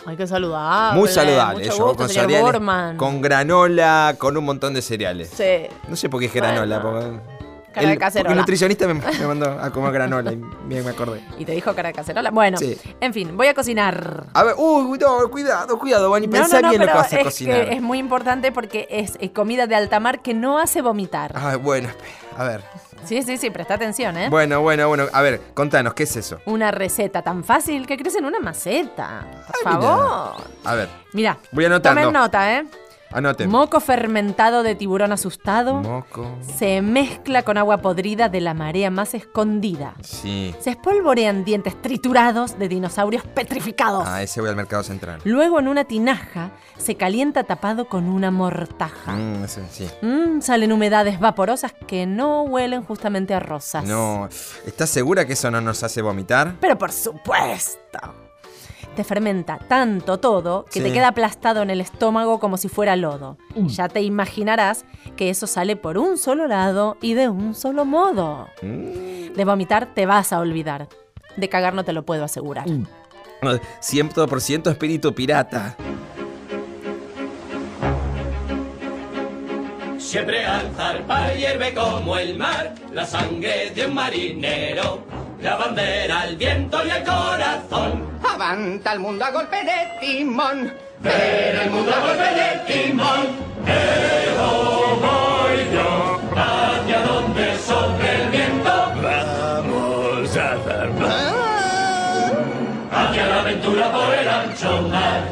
Speaker 2: Hay que saludar. ¿eh?
Speaker 3: Muy saludable,
Speaker 2: mucho
Speaker 3: yo
Speaker 2: gusto,
Speaker 3: con
Speaker 2: señor
Speaker 3: cereales,
Speaker 2: Borman.
Speaker 3: con granola, con un montón de cereales.
Speaker 2: Sí.
Speaker 3: No sé por qué es granola, porque,
Speaker 2: Cara de cacerola.
Speaker 3: porque el nutricionista me, me mandó a comer granola y bien me acordé.
Speaker 2: Y te dijo cara de cacerola. Bueno,
Speaker 3: Sí.
Speaker 2: en fin, voy a cocinar.
Speaker 3: A ver, uy, no, cuidado, cuidado, Vani,
Speaker 2: No,
Speaker 3: pensá
Speaker 2: no, no,
Speaker 3: bien lo que
Speaker 2: pero
Speaker 3: vas a
Speaker 2: es
Speaker 3: cocinar.
Speaker 2: que es muy importante porque es eh, comida de alta mar que no hace vomitar.
Speaker 3: Ah, bueno, a ver.
Speaker 2: Sí, sí, sí, presta atención, ¿eh?
Speaker 3: Bueno, bueno, bueno. A ver, contanos, ¿qué es eso?
Speaker 2: Una receta tan fácil que crece en una maceta. Por
Speaker 3: Ah, mira.
Speaker 2: favor.
Speaker 3: A ver,
Speaker 2: Mira,
Speaker 3: voy anotando.
Speaker 2: tomen nota, ¿eh?
Speaker 3: Anoten.
Speaker 2: Moco fermentado de tiburón asustado
Speaker 3: Moco.
Speaker 2: se mezcla con agua podrida de la marea más escondida.
Speaker 3: Sí.
Speaker 2: Se espolvorean dientes triturados de dinosaurios petrificados.
Speaker 3: Ah, ese voy al mercado central.
Speaker 2: Luego en una tinaja se calienta tapado con una mortaja.
Speaker 3: Mm, ese, sí.
Speaker 2: Mm, salen humedades vaporosas que no huelen justamente a rosas.
Speaker 3: No, ¿estás segura que eso no nos hace vomitar?
Speaker 2: Pero por supuesto. Te fermenta tanto todo que te
Speaker 3: Sí. Mm.
Speaker 2: queda aplastado en el estómago como si fuera lodo. Ya te imaginarás que eso sale por un solo lado y de un solo modo.
Speaker 3: Mm.
Speaker 2: De vomitar te vas a olvidar. De cagar no te lo puedo asegurar.
Speaker 3: Mm. 100% espíritu pirata.
Speaker 22: Siempre al zarpar hierve como el mar la sangre de un marinero, la bandera, el viento y el corazón.
Speaker 23: Avanta al mundo a golpe de timón.
Speaker 22: Pero el mundo a golpe de timón, pero voy yo hacia donde sobre el viento. Vamos a zarpar hacia la aventura por el ancho mar.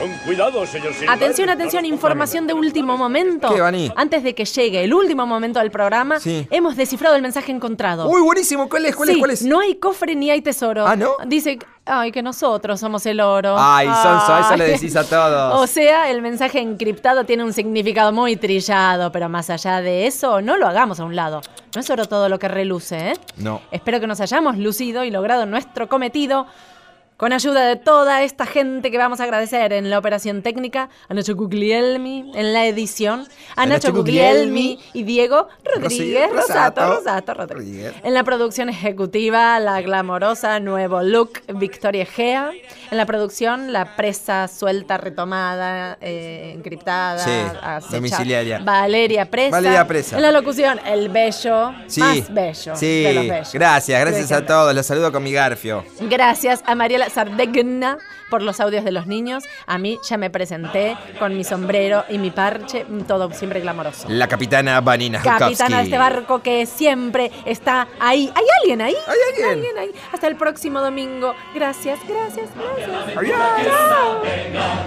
Speaker 22: Con cuidado, señor
Speaker 2: Atención, atención, información de último momento.
Speaker 22: ¿Qué, Vani?
Speaker 2: Antes de que llegue el último momento del programa,
Speaker 3: Sí.
Speaker 2: hemos descifrado el mensaje encontrado.
Speaker 3: Uy, buenísimo. ¿Cuál es? ¿Cuál es?
Speaker 2: Sí,
Speaker 3: ¿Cuál es?
Speaker 2: No hay cofre ni hay tesoro.
Speaker 3: Ah, ¿no?
Speaker 2: Dice, ay, que nosotros somos el oro.
Speaker 3: Ay, Sonso, eso le
Speaker 2: Ay.
Speaker 3: decís a todos.
Speaker 2: O sea, el mensaje encriptado tiene un significado muy trillado, pero más allá de eso, no lo hagamos a un lado. No es oro todo lo que reluce, ¿eh?
Speaker 3: No.
Speaker 2: Espero que nos hayamos lucido y logrado nuestro cometido con ayuda de toda esta gente que vamos a agradecer en la operación técnica, a Nacho Guglielmi en la edición, a,
Speaker 24: A
Speaker 2: Nacho,
Speaker 24: Nacho
Speaker 2: Guglielmi,
Speaker 24: Guglielmi
Speaker 2: y Diego Rodríguez
Speaker 24: Rodríguez
Speaker 2: Rosato,
Speaker 24: Rosato.
Speaker 2: Rosato Rodríguez. En la producción ejecutiva, la glamorosa Nuevo Look Victoria Gea. En la producción, la presa suelta, retomada, eh, encriptada,
Speaker 3: Sí,
Speaker 2: acecha-
Speaker 3: domiciliaria.
Speaker 2: Valeria Presa.
Speaker 3: Valeria Presa.
Speaker 2: En la locución, el bello, más bello
Speaker 3: sí.
Speaker 2: de los bellos.
Speaker 3: Gracias,
Speaker 2: De
Speaker 3: gracias
Speaker 2: que-
Speaker 3: a todos. Los saludo con mi Garfio.
Speaker 2: Gracias a Mariela Sardegna por los audios de los niños. A mí ya me presenté con mi sombrero y mi parche, mm, todo siempre glamoroso.
Speaker 3: La capitana Vanina
Speaker 2: Capitana de
Speaker 3: Zukowski.
Speaker 2: este barco que siempre está ahí. ¿Hay alguien ahí? ¿Hay alguien? ahí? Hasta el próximo domingo. Gracias, gracias, gracias. Chao.